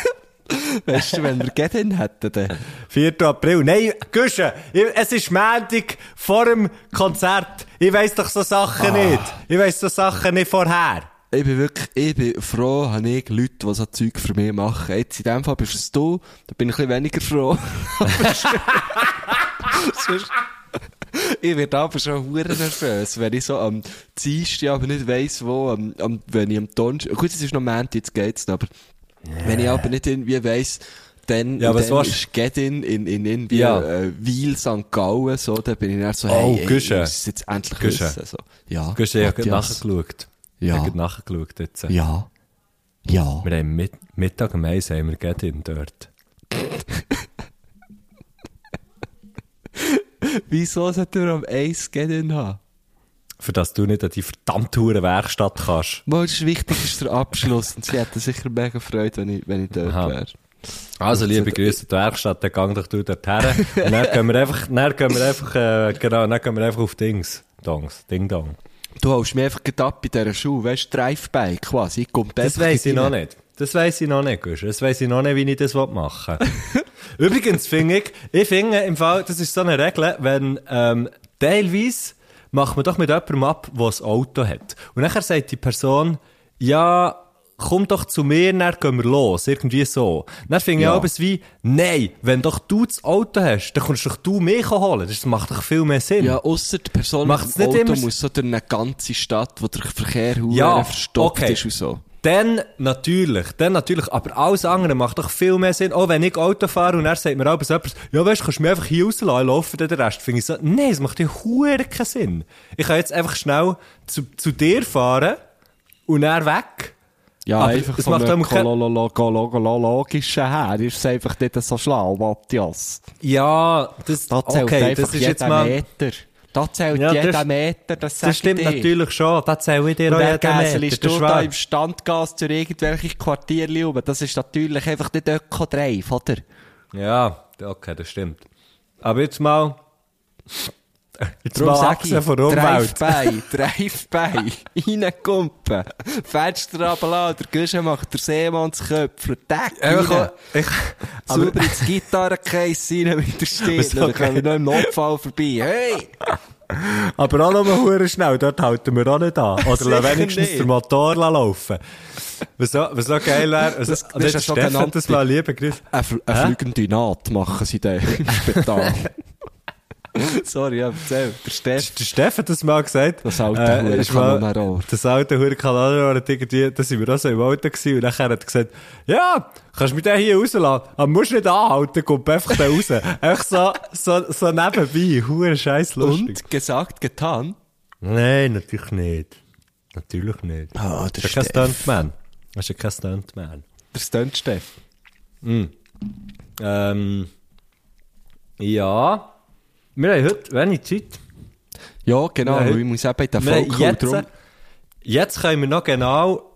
Speaker 5: Weißt du, wenn wir Gedin hätten, dann.
Speaker 2: 4. April. Nein, Guschen, es ist Montag vor dem Konzert. Ich weiss doch so Sachen nicht. Ich weiss so Sachen nicht vorher.
Speaker 5: Ich bin wirklich, ich bin froh, habe ich Leute, die so Zeug für mich machen. Jetzt in dem Fall bist es du, da bin ich ein bisschen weniger froh. Aber sonst- ich werde aber schon hure nervös, wenn ich so am Dienstag, aber nicht weiss wo, am, am, wenn ich am Donnerstag, gut, es ist noch Montag, jetzt geht's noch, aber wenn ich aber nicht irgendwie weiss, dann,
Speaker 2: Ja,
Speaker 5: und
Speaker 2: was
Speaker 5: dann
Speaker 2: willst du?
Speaker 5: ist Gedin in, in, in, wie,
Speaker 2: Ja.
Speaker 5: äh, Wiel, St. Gallen, so, dann bin ich dann so,
Speaker 2: Oh,
Speaker 5: hey, ey, ich
Speaker 2: Guschen.
Speaker 5: muss es jetzt endlich
Speaker 2: Guschen.
Speaker 5: wissen, so. Ja.
Speaker 2: Guschen, ich habe gerade
Speaker 5: Matthias.
Speaker 2: nachgeschaut.
Speaker 5: Ja.
Speaker 2: Ich habe gerade nachgeschaut jetzt.
Speaker 5: Ja. Ja.
Speaker 2: Wir haben mit, Mittag um eins haben wir Gedin dort.
Speaker 5: Wieso sollte er am 1 gehen haben?
Speaker 2: Für das du nicht an die verdammte hure Werkstatt kannst.
Speaker 5: Mal, das Wichtigste ist der Abschluss und sie hätten sicher mega Freude, wenn ich, wenn ich dort
Speaker 2: Aha.
Speaker 5: wäre.
Speaker 2: Also, liebe Grüße an die Werkstatt, dann gang doch du dort her. Und dann gehen wir einfach, dann gehen wir einfach, äh, genau, dann gehen wir einfach auf Dings. Dongs. Ding Dong.
Speaker 5: Du holst mich einfach gerade ab in dieser Schuhe, weißt du, Drive-By quasi. Ich komme
Speaker 2: Das
Speaker 5: einfach
Speaker 2: weiß ich
Speaker 5: rein.
Speaker 2: noch nicht. Das weiß ich noch nicht, Gusch. Das weiß ich noch nicht, wie ich das machen will. Übrigens finde ich, ich finde im Fall, das ist so eine Regel, wenn ähm, teilweise macht man doch mit jemandem ab, der ein Auto hat. Und nachher sagt die Person, ja, komm doch zu mir, dann gehen wir los. Irgendwie so. Dann finde ich
Speaker 5: Ja.
Speaker 2: auch etwas wie, nein, wenn doch du das Auto hast, dann kannst doch du mich holen. Das macht doch viel mehr Sinn.
Speaker 5: Ja, ausser die Person
Speaker 2: Macht's
Speaker 5: mit dem
Speaker 2: nicht
Speaker 5: Auto
Speaker 2: immer-
Speaker 5: muss so durch eine ganze Stadt, wo der Verkehr
Speaker 2: Ja,
Speaker 5: ja, verstopft
Speaker 2: okay.
Speaker 5: ist und so.
Speaker 2: Dann natürlich, dann natürlich, aber alles andere macht doch viel mehr Sinn. Auch wenn ich Auto fahre und er sagt mir aber so etwas, ja weißt, kannst du mich einfach hier rauslassen, ich laufe dann den Rest, finde ich so, nein, es macht ja hure keinen Sinn. Ich kann jetzt einfach schnell zu, zu dir fahren und er weg.
Speaker 5: Ja,
Speaker 2: Aber
Speaker 5: einfach
Speaker 2: es
Speaker 5: von
Speaker 2: macht
Speaker 5: einem
Speaker 2: auch kein-
Speaker 5: kolologischen her ist es einfach nicht so schlau, Matthias.
Speaker 2: Ja, das,
Speaker 5: Da zählt
Speaker 2: okay,
Speaker 5: einfach
Speaker 2: das ist
Speaker 5: jeder
Speaker 2: jetzt mal,
Speaker 5: Meter. Da zählt
Speaker 2: Ja, das-
Speaker 5: jeder Meter, das sag
Speaker 2: das
Speaker 5: ich
Speaker 2: stimmt
Speaker 5: dir.
Speaker 2: natürlich schon, da zähle ich dir
Speaker 5: Und
Speaker 2: auch
Speaker 5: dann
Speaker 2: jeden Meter,
Speaker 5: gäselst
Speaker 2: das
Speaker 5: du
Speaker 2: ist
Speaker 5: da
Speaker 2: wahr.
Speaker 5: im Standgas durch irgendwelche Quartiere rum. Das ist natürlich einfach nicht Öko-Drive, oder?
Speaker 2: Ja, okay, das stimmt. Aber jetzt mal, jetzt
Speaker 5: Darum
Speaker 2: mal
Speaker 5: sag
Speaker 2: abgesehen von der Umwelt.
Speaker 5: Drive-By, Drive-By, reinkumpen. Fenster runterlassen, der Guschen macht der Seemann zu Köpfen, Deck rein,
Speaker 2: Einfach, ich, aber,
Speaker 5: sauber ins Gitarrencase rein mit der Stirn,
Speaker 2: Was
Speaker 5: dann
Speaker 2: okay.
Speaker 5: kommen wir noch im Notfall vorbei. Hey!
Speaker 2: aber auch noch mal hure schnell, dort halten wir auch nicht an. Oder
Speaker 5: Sicher
Speaker 2: lassen wenigstens
Speaker 5: nicht.
Speaker 2: den Motor laufen. Was so, was so geil wäre, also, das,
Speaker 5: Das- das
Speaker 2: und jetzt
Speaker 5: ist ein
Speaker 2: Steffen, das
Speaker 5: sogenannter-
Speaker 2: war lieber Grüß.
Speaker 5: Eine, fl eine
Speaker 2: Hä?
Speaker 5: fliegende Naht machen sie da im Spital. Sorry, ja, erzähl, der Steff.
Speaker 2: Der Steffen hat das mal gesagt. Äh,
Speaker 5: Das alte Hure
Speaker 2: ist mal-
Speaker 5: Kanonenrohr.
Speaker 2: Das alte Hure Kanonenrohr hat irgendwie, da sind wir auch so im Auto gewesen und nachher hat er gesagt, ja, kannst mich den hier rauslassen, aber musst nicht anhalten, kommt einfach da raus. Einfach so, so, so nebenbei, hure scheiß lustig.
Speaker 5: Und gesagt, getan.
Speaker 2: Nein, natürlich nicht. Natürlich nicht.
Speaker 5: Ah, der
Speaker 2: das ist ja
Speaker 5: Steff.
Speaker 2: kein Stuntman. Das ist ja kein Stuntman.
Speaker 5: Der Stunt-Steff.
Speaker 2: Ähm, ja. Wir haben heute wenig Zeit.
Speaker 5: Ja, genau,
Speaker 2: Nein.
Speaker 5: weil ich muss eben in den
Speaker 2: Wir haben
Speaker 5: Volk
Speaker 2: jetzt,
Speaker 5: drum
Speaker 2: jetzt können wir noch genau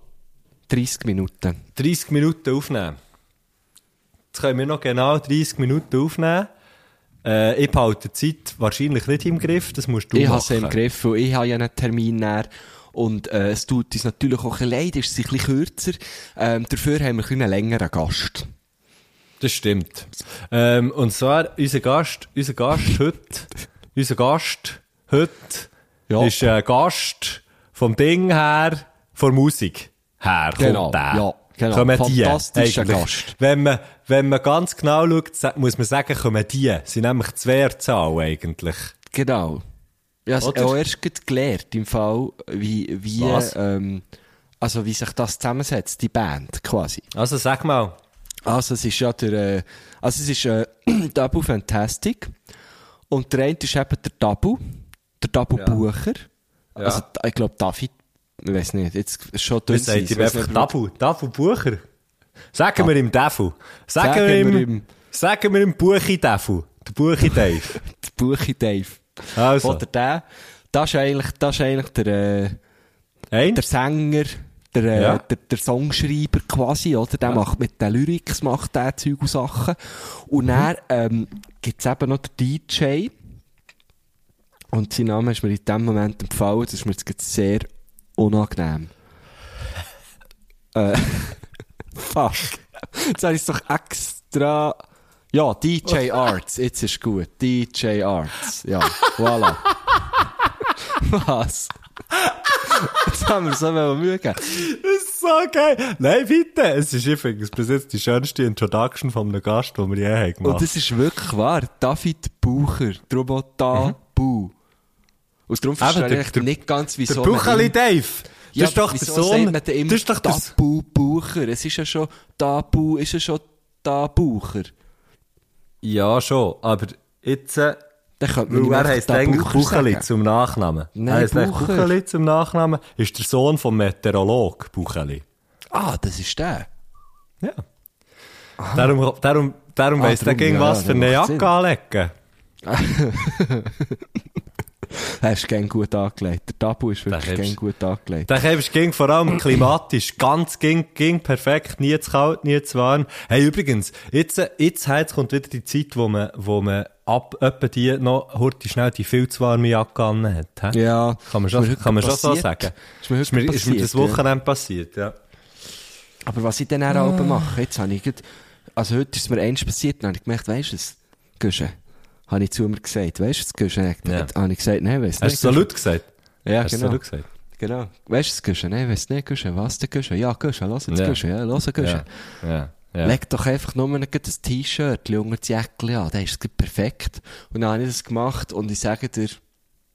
Speaker 5: 30 Minuten.
Speaker 2: 30 Minuten aufnehmen. Jetzt können wir noch genau 30 Minuten aufnehmen. Äh, ich behalte die Zeit wahrscheinlich nicht im Griff, das musst du
Speaker 5: ich habe
Speaker 2: machen.
Speaker 5: sie im Griff und ich habe ja einen Termin näher. Und äh, es tut uns natürlich auch ein bisschen leid, es ist ein bisschen kürzer. Ähm, dafür haben wir ein bisschen einen längeren Gast.
Speaker 2: Das stimmt. Ähm, und zwar, unser Gast, unser Gast heute, unser Gast Heute
Speaker 5: Ja.
Speaker 2: ist ein Gast vom Ding her, von Musik her.
Speaker 5: Genau,
Speaker 2: Kommt der.
Speaker 5: ja, genau.
Speaker 2: Kommen die.
Speaker 5: Fantastischer
Speaker 2: eigentlich.
Speaker 5: Gast.
Speaker 2: Wenn man, wenn man ganz genau schaut, sa- muss man sagen, kommen die. Sind nämlich zwei Zahl eigentlich.
Speaker 5: Genau. Ich habe
Speaker 2: Oder?
Speaker 5: auch erst gerade gelernt, im Fall, wie, wie,
Speaker 2: Was?
Speaker 5: ähm, also wie sich das zusammensetzt, die Band quasi.
Speaker 2: Also sag mal.
Speaker 5: Also es ist ja der, äh, also es ist äh, Double Fantastic und der eine ist eben der Double, der Double Bucher. Also d- ich glaube David, ich weiß nicht, jetzt schon
Speaker 2: Wir
Speaker 5: dünn
Speaker 2: sagen
Speaker 5: sein,
Speaker 2: ihm
Speaker 5: weiss
Speaker 2: einfach
Speaker 5: nicht, ob-
Speaker 2: Dafu. Dafu Bucher. Sagen wir ihm Dafu. Sagen,
Speaker 5: Sagen
Speaker 2: wir ihm,
Speaker 5: wir ihm-
Speaker 2: sagen wir ihm Buchi Dafu. Der Buchi Dave.
Speaker 5: der Buchi Dave.
Speaker 2: Also,
Speaker 5: Oder der, das ist eigentlich, das ist eigentlich der, äh,
Speaker 2: ein,
Speaker 5: der Sänger, der, äh,
Speaker 2: Ja.
Speaker 5: der, der Songschreiber quasi, oder? Der macht mit den Lyrics, macht der Zeug und Sachen. Und dann ähm, gibt es eben noch den DJ. Und sein Name ist mir in dem Moment empfohlen, das ist mir jetzt gerade sehr unangenehm. äh, fuck. Jetzt habe ich es doch extra... Ja, DJ Arts, jetzt ist gut. DJ Arts, ja, voilà. Was? Jetzt haben wir so mal Mühe gegeben.
Speaker 2: Das ist so geil. Nein, bitte. Es ist übrigens bis jetzt die schönste Introduction von einem Gast, die wir je haben gemacht
Speaker 5: Und das ist Oh, wirklich wahr. David Bucher, darum auch da Bu. Und darum verstehe
Speaker 2: Mhm. der-
Speaker 5: ich eigentlich
Speaker 2: der-
Speaker 5: nicht ganz,
Speaker 2: Der
Speaker 5: wieso man
Speaker 2: Bucheli
Speaker 5: ihm-
Speaker 2: Dave.
Speaker 5: Ja,
Speaker 2: das ist doch der
Speaker 5: wieso
Speaker 2: Sohn.
Speaker 5: sagt man denn immer
Speaker 2: das ist doch der S-
Speaker 5: Tabu Bucher. Es ist ja schon Tabu, ist ja schon da Bucher.
Speaker 2: Ja, schon. Aber jetzt, äh,
Speaker 5: Dann könnte man ihm
Speaker 2: weil er
Speaker 5: einfach
Speaker 2: heisst
Speaker 5: da
Speaker 2: eigentlich
Speaker 5: Bucher
Speaker 2: Bucheli
Speaker 5: sagen.
Speaker 2: zum Nachnamen.
Speaker 5: Nein,
Speaker 2: er heisst eigentlich
Speaker 5: Bucher.
Speaker 2: Bucheli zum Nachnamen. Ist der Sohn vom Meteorolog Bucheli.
Speaker 5: Ah, das ist der.
Speaker 2: Ja. Darum, darum, darum
Speaker 5: Ah,
Speaker 2: weiss der
Speaker 5: darum,
Speaker 2: gegen
Speaker 5: ja,
Speaker 2: was
Speaker 5: ja,
Speaker 2: für
Speaker 5: das
Speaker 2: eine
Speaker 5: macht Sinn.
Speaker 2: Jacke anlegen.
Speaker 5: Er ist gern gut angelegt. Der Tabu ist
Speaker 2: Den
Speaker 5: wirklich
Speaker 2: gibst-
Speaker 5: gern gut angelegt.
Speaker 2: Dann kämpfst ging vor allem klimatisch. Ganz ging, ging perfekt. Nie zu kalt, nie zu warm. Hey, übrigens, jetzt, äh, jetzt, jetzt kommt wieder die Zeit, wo man, wo man ab, etwa die noch, hurti schnell die viel zu warme Jacke an hat. hä?
Speaker 5: Ja.
Speaker 2: Kann man
Speaker 5: ist
Speaker 2: schon,
Speaker 5: mir heute
Speaker 2: kann man schon so
Speaker 5: passiert.
Speaker 2: sagen.
Speaker 5: Ist mir heute
Speaker 2: Ist mir, ist mir
Speaker 5: passiert,
Speaker 2: das
Speaker 5: ja.
Speaker 2: Wochenende passiert, ja.
Speaker 5: Aber was ich dann auch oben mache, jetzt habe ich grad, also heute ist mir eins passiert, dann habe ich gemerkt, weisst du es, Güsche, habe ich zu mir gesagt, weisst du es, Güsche, Dann
Speaker 2: Ja.
Speaker 5: habe ich gesagt, nein, weisst du
Speaker 2: Hast du so laut gesagt?
Speaker 5: Ja,
Speaker 2: Hast du so
Speaker 5: genau,
Speaker 2: laut gesagt?
Speaker 5: genau, weisst du es, Güsche, nein, weisst du nicht, Güsche, was denn, Güsche, ja, Güsche, lass jetzt,
Speaker 2: Ja.
Speaker 5: Güsche, ja, lass jetzt, Güsche.
Speaker 2: Ja. Ja. Ja.
Speaker 5: Leg doch einfach nur noch grad ein T-Shirt unter das Jäckchen an, dann ist es grad perfekt. Und dann habe ich das gemacht und ich sage dir,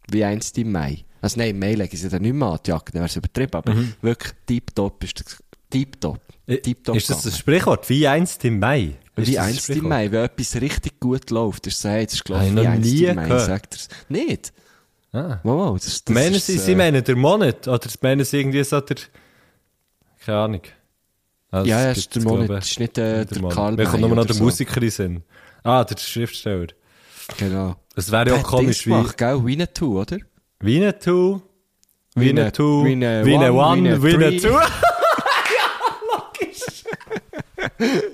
Speaker 5: wie einst im Mai. Also nein, im Mai lege ich sie dann nicht mehr an, die Jacke, dann wäre es übertrieben, aber
Speaker 2: Mhm.
Speaker 5: wirklich tiptop ist das, tiptop, tiptop
Speaker 2: Ist das ein
Speaker 5: gegangen.
Speaker 2: Sprichwort? Wie einst im Mai? Ist
Speaker 5: Wie
Speaker 2: das ein
Speaker 5: einst im
Speaker 2: Sprichwort?
Speaker 5: Mai, wenn etwas richtig gut läuft, ist so, hey, das ist
Speaker 2: Habe ich
Speaker 5: gelaufen,
Speaker 2: noch
Speaker 5: wie einst
Speaker 2: nie
Speaker 5: im Mai,
Speaker 2: gehört.
Speaker 5: sagt er es. Nicht?
Speaker 2: Ah.
Speaker 5: Wow, wow, das, ist- das
Speaker 2: Meinen
Speaker 5: ist, äh,
Speaker 2: Sie, Sie meinen den Monat? Oder meinen Sie irgendwie so der... Keine Ahnung. Also,
Speaker 5: Ja, ja,
Speaker 2: es
Speaker 5: ist
Speaker 2: gibt,
Speaker 5: der Monat,
Speaker 2: glaube ich,
Speaker 5: ist nicht, äh,
Speaker 2: nicht
Speaker 5: der
Speaker 2: den Monat.
Speaker 5: Karl
Speaker 2: Mir kommt
Speaker 5: May
Speaker 2: nur noch
Speaker 5: oder
Speaker 2: der
Speaker 5: so.
Speaker 2: Musiker in den Sinn. Ah, der Schriftsteller.
Speaker 5: Genau.
Speaker 2: Es wäre ja auch komisch, wie...
Speaker 5: Macht, gell? Winnetou, oder?
Speaker 2: Winnetou,
Speaker 5: Wiener-
Speaker 2: Winnetou,
Speaker 5: Wiener
Speaker 2: Wiener
Speaker 5: One,
Speaker 2: One,
Speaker 5: Wiener
Speaker 2: Winnetou.
Speaker 5: Three.
Speaker 2: Ja,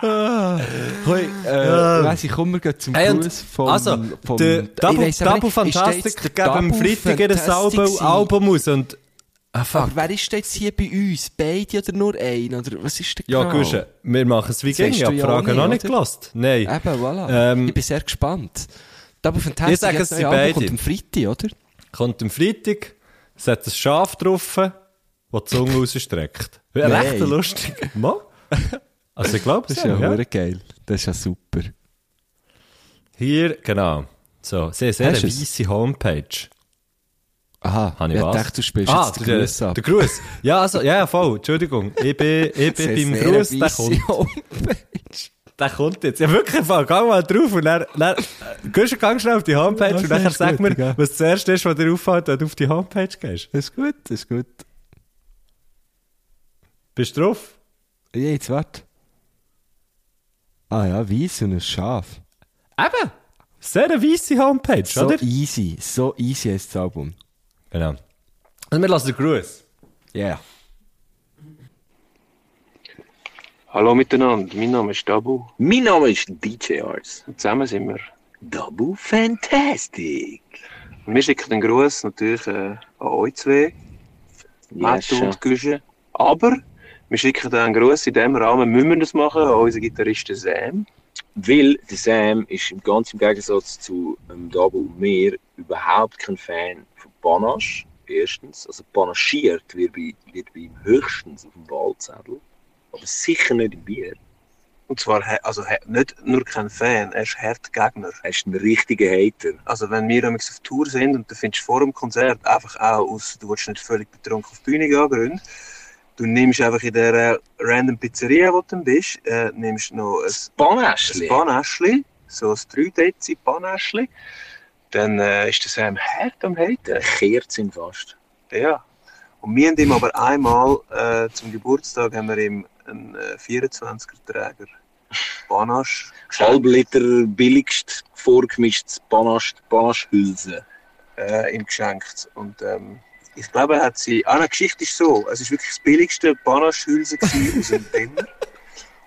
Speaker 2: Ah.
Speaker 5: Hoi, äh, weiss ich, kommen wir gleich zum
Speaker 2: Hey, und-
Speaker 5: Gruß vom...
Speaker 2: also,
Speaker 5: vom
Speaker 2: der
Speaker 5: Ich
Speaker 2: Double,
Speaker 5: weiss aber
Speaker 2: Double
Speaker 5: nicht, ist
Speaker 2: Fantastic
Speaker 5: jetzt der
Speaker 2: gibt am
Speaker 5: Double
Speaker 2: Freitag ihr
Speaker 5: Fantastic
Speaker 2: Album,
Speaker 5: sein?
Speaker 2: Album aus und... Ah, fuck.
Speaker 5: Aber wer ist denn jetzt hier bei uns? Beide oder nur ein? Oder was ist denn
Speaker 2: Ja,
Speaker 5: genau?
Speaker 2: Gusche, wir machen es wie
Speaker 5: Das
Speaker 2: ging.
Speaker 5: weißt
Speaker 2: Ich habe
Speaker 5: du
Speaker 2: die
Speaker 5: ja
Speaker 2: Frage
Speaker 5: auch
Speaker 2: noch nicht
Speaker 5: nicht, oder?
Speaker 2: gelost. Nein.
Speaker 5: Eben, voilà.
Speaker 2: Ähm,
Speaker 5: ich bin sehr gespannt. Double Fantastic
Speaker 2: Ich sage,
Speaker 5: hat
Speaker 2: es
Speaker 5: neue
Speaker 2: sind
Speaker 5: Album,
Speaker 2: beide.
Speaker 5: kommt am Freitag, oder?
Speaker 2: kommt am Freitag, es hat ein Schaf drauf, das die Zunge rausstreckt. Wäre
Speaker 5: Nein.
Speaker 2: Recht lustig. Mo? Also ich glaube,
Speaker 5: Das
Speaker 2: es
Speaker 5: ist ja,
Speaker 2: ja.
Speaker 5: hure geil. Das ist ja super.
Speaker 2: Hier, genau. So, sehr, sehr eine
Speaker 5: Hast du es?
Speaker 2: weisse Homepage.
Speaker 5: Aha,
Speaker 2: Habe ich was?
Speaker 5: dachte, du spielst
Speaker 2: ah,
Speaker 5: jetzt den Gruß ab.
Speaker 2: Der Gruß. Ja, also, ja, ja, voll. Entschuldigung. Ich bin, ich
Speaker 5: Das
Speaker 2: bin beim
Speaker 5: ist eine
Speaker 2: Gruß, der
Speaker 5: weisse
Speaker 2: kommt.
Speaker 5: Homepage.
Speaker 2: Der kommt jetzt. Ja, wirklich, voll. Gang mal drauf und dann, dann gehst du schnell auf die Homepage
Speaker 5: Das
Speaker 2: und dann
Speaker 5: ist
Speaker 2: sag
Speaker 5: gut,
Speaker 2: mir,
Speaker 5: ja.
Speaker 2: was das erste ist, was dir auffällt, wenn du auf die Homepage gehst.
Speaker 5: Das ist gut, das ist gut.
Speaker 2: Bist du drauf?
Speaker 5: Ja, jetzt warte. Ah ja, weiss und ein Schaf.
Speaker 2: Eben. Sehr eine weisse Homepage,
Speaker 5: So
Speaker 2: oder?
Speaker 5: easy, so easy ist das Album.
Speaker 2: Genau. Und wir lassen den Gruß.
Speaker 5: Ja.
Speaker 1: Hallo miteinander, mein Name ist Dabu.
Speaker 6: Mein Name ist DJ Arts.
Speaker 1: Zusammen sind wir.
Speaker 6: Double Fantastic.
Speaker 1: Und wir schicken den Gruß natürlich äh, an euch zwei,
Speaker 6: Yes,
Speaker 1: Matto
Speaker 6: sir.
Speaker 1: und Güsche. Aber wir schicken den Gruß in dem Rahmen, müssen wir das machen, an unseren Gitarristen Sam.
Speaker 6: Weil der Sam ist im ganz im Gegensatz zu ähm, Dabo und mir überhaupt kein Fan von Panache. Erstens, also panaschiert wird bei, wird bei ihm höchstens auf dem Wahlzettel, aber sicher nicht im Bier.
Speaker 1: Und zwar, he- also he- nicht nur kein Fan, er ist hart Gegner.
Speaker 6: Er ist ein richtiger Hater.
Speaker 1: Also wenn wir damals auf Tour sind und du findest vor dem Konzert einfach auch aus, du willst nicht völlig betrunken auf die Bühne gehen, Gründe. Du nimmst einfach in der äh, random Pizzeria, wo du dann bist, äh, nimmst noch ein
Speaker 6: Panäschli.
Speaker 1: ein Panäschli, so ein 3 panäschli dann äh, ist der Sam hart am Haten.
Speaker 6: Der kehrt ihn fast.
Speaker 1: Ja. Und wir haben ihm aber einmal äh, zum Geburtstag haben wir ihm einen äh, 24er-Träger Panache
Speaker 6: Halb
Speaker 1: geschenkt,
Speaker 6: Liter billigst vorgemischtes Panache, Panachehülse.
Speaker 1: äh, ihm geschenkt. Und ähm, ich glaube, er hat sie... Ah, nein, die Geschichte ist so, es ist wirklich das billigste Panache-Hülse gewesen aus dem Denner.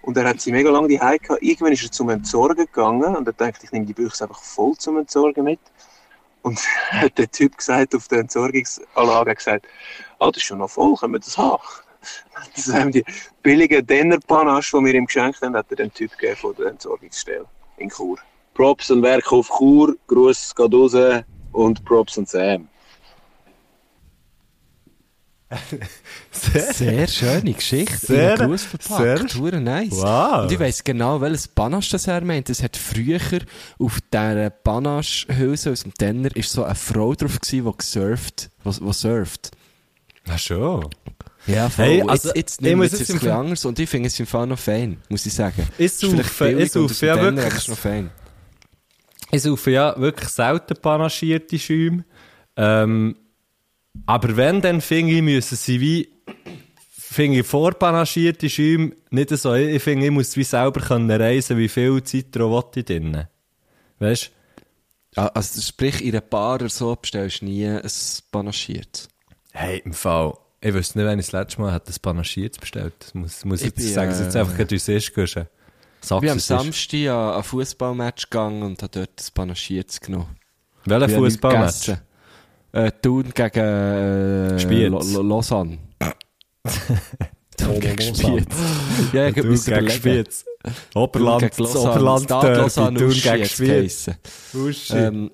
Speaker 1: Und er hat sie mega lange die gehabt. Irgendwann ist er zum Entsorgen gegangen und er denkt, ich nehme die Büchse einfach voll zum Entsorgen mit. Und hat der Typ gesagt, auf der Entsorgungsanlage hat gesagt, ah, das ist schon noch voll, können wir das haben? Das haben die billigen Denner-Panache, die wir ihm geschenkt haben, hat er dem Typ gegeben von der Entsorgungsstelle in Chur.
Speaker 6: Props an Werkhof Chur, Gruß geht raus und Props an Sam.
Speaker 2: Sehr.
Speaker 5: Sehr schöne Geschichte.
Speaker 2: Sehr-
Speaker 5: Sehr, Gruß
Speaker 2: sehr-
Speaker 5: verpackt. Sehr nice.
Speaker 2: Wow.
Speaker 5: Und ich weiss genau, welches Panache das er meint. Es hat früher auf dieser Panache-Hülse aus dem Tenner ist so eine Frau drauf gewesen, die gesurft, was, was surft.
Speaker 2: Ach schon.
Speaker 5: Ja, voll.
Speaker 2: Hey,
Speaker 5: Hey,
Speaker 2: also,
Speaker 5: also, jetzt, jetzt
Speaker 2: ich
Speaker 5: nehmen
Speaker 2: muss
Speaker 5: wir es
Speaker 2: jetzt im
Speaker 5: jetzt ein bisschen
Speaker 2: Fall-
Speaker 5: anders und ich finde es im Fall noch fein, muss ich sagen.
Speaker 2: Ich
Speaker 5: Ist vielleicht
Speaker 2: saufe- ich
Speaker 5: billig und
Speaker 2: saufe
Speaker 5: aus dem
Speaker 2: ja
Speaker 5: Tenner,
Speaker 2: wirklich-
Speaker 5: aber ist noch fein.
Speaker 2: Ich saufe ja wirklich selten panaschierte Schäume. Ähm, aber wenn, dann finde ich, müssen sie wie, finde ich vorpanaschierte Schäume nicht so, ich ich finde, ich muss wie selber können reisen, wie viel Zeit drauf will ich drin. Weißt
Speaker 5: Ah, Also, sprich, in einer Bar oder so bestellst du nie ein Panachiert.
Speaker 2: Hey, im Fall, ich wüsste nicht, wenn ich das letzte Mal hat das panaschiert bestellt. Das muss, muss ich
Speaker 5: Ich
Speaker 2: jetzt
Speaker 5: bin,
Speaker 2: sagen, es ist jetzt
Speaker 5: äh,
Speaker 2: einfach gerade uns erst gehören. Sag
Speaker 5: Ich bin am
Speaker 2: es uns.
Speaker 5: Samstag an ein Fußballmatch gegangen und habe dort ein Panachiertes genommen.
Speaker 2: Welcher
Speaker 5: Ich habe nichts
Speaker 2: Fußballmatch?
Speaker 5: gegessen. Äh, Thun gegen äh,
Speaker 2: Spiez.
Speaker 5: Lo- Lo- Lausanne. Thun gegen Spiez. Ja, ja, ich
Speaker 2: Thun
Speaker 5: muss
Speaker 2: gegen
Speaker 5: überlegen.
Speaker 2: Spiez. Oberland, das Oberland, Derby, Thun gegen Spiez. Oh, shit.
Speaker 5: Ähm,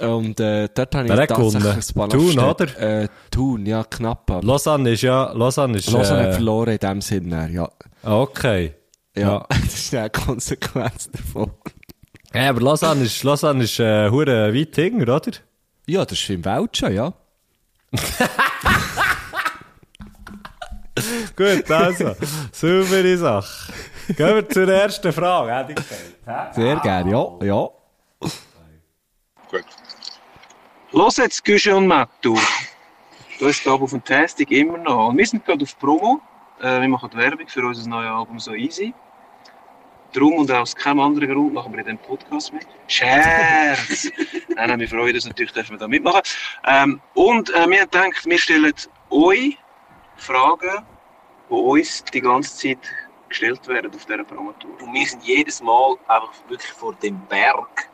Speaker 5: und äh, dort habe ich
Speaker 2: Wer hat gewonnen? Thun,
Speaker 5: bestellt. Äh, Thun, ja, knapp. aber-
Speaker 2: Lausanne ist ja, Lausanne ist,
Speaker 5: Lausanne hat
Speaker 2: äh,
Speaker 5: verloren in dem Sinne, ja.
Speaker 2: ah, okay.
Speaker 5: Ja, das ist eine Konsequenz davon.
Speaker 2: Ja, aber Lausanne ist, Lausanne ist, äh, hure weit hinger, oder?
Speaker 5: Ja, das ist im Welt schon, ja.
Speaker 2: Gut, also, saubere Sache. Gehen wir zur ersten Frage, hätte ich gesagt.
Speaker 5: Sehr gerne, ja, ja.
Speaker 1: Los jetzt, Güsche und Mattu. Du hast auf dem Tastic immer noch. Und wir sind gerade auf Promo. Äh, wir machen die Werbung für unser neues Album So Easy. Drum und aus keinem anderen Grund machen wir in diesem Podcast mit. Scherz! nein, nein, wir freuen uns natürlich, dürfen wir da mitmachen. Ähm, und äh, wir haben gedacht, wir stellen euch Fragen, die uns die ganze Zeit gestellt werden auf dieser Promotour.
Speaker 6: Und wir sind jedes Mal einfach wirklich vor dem Berg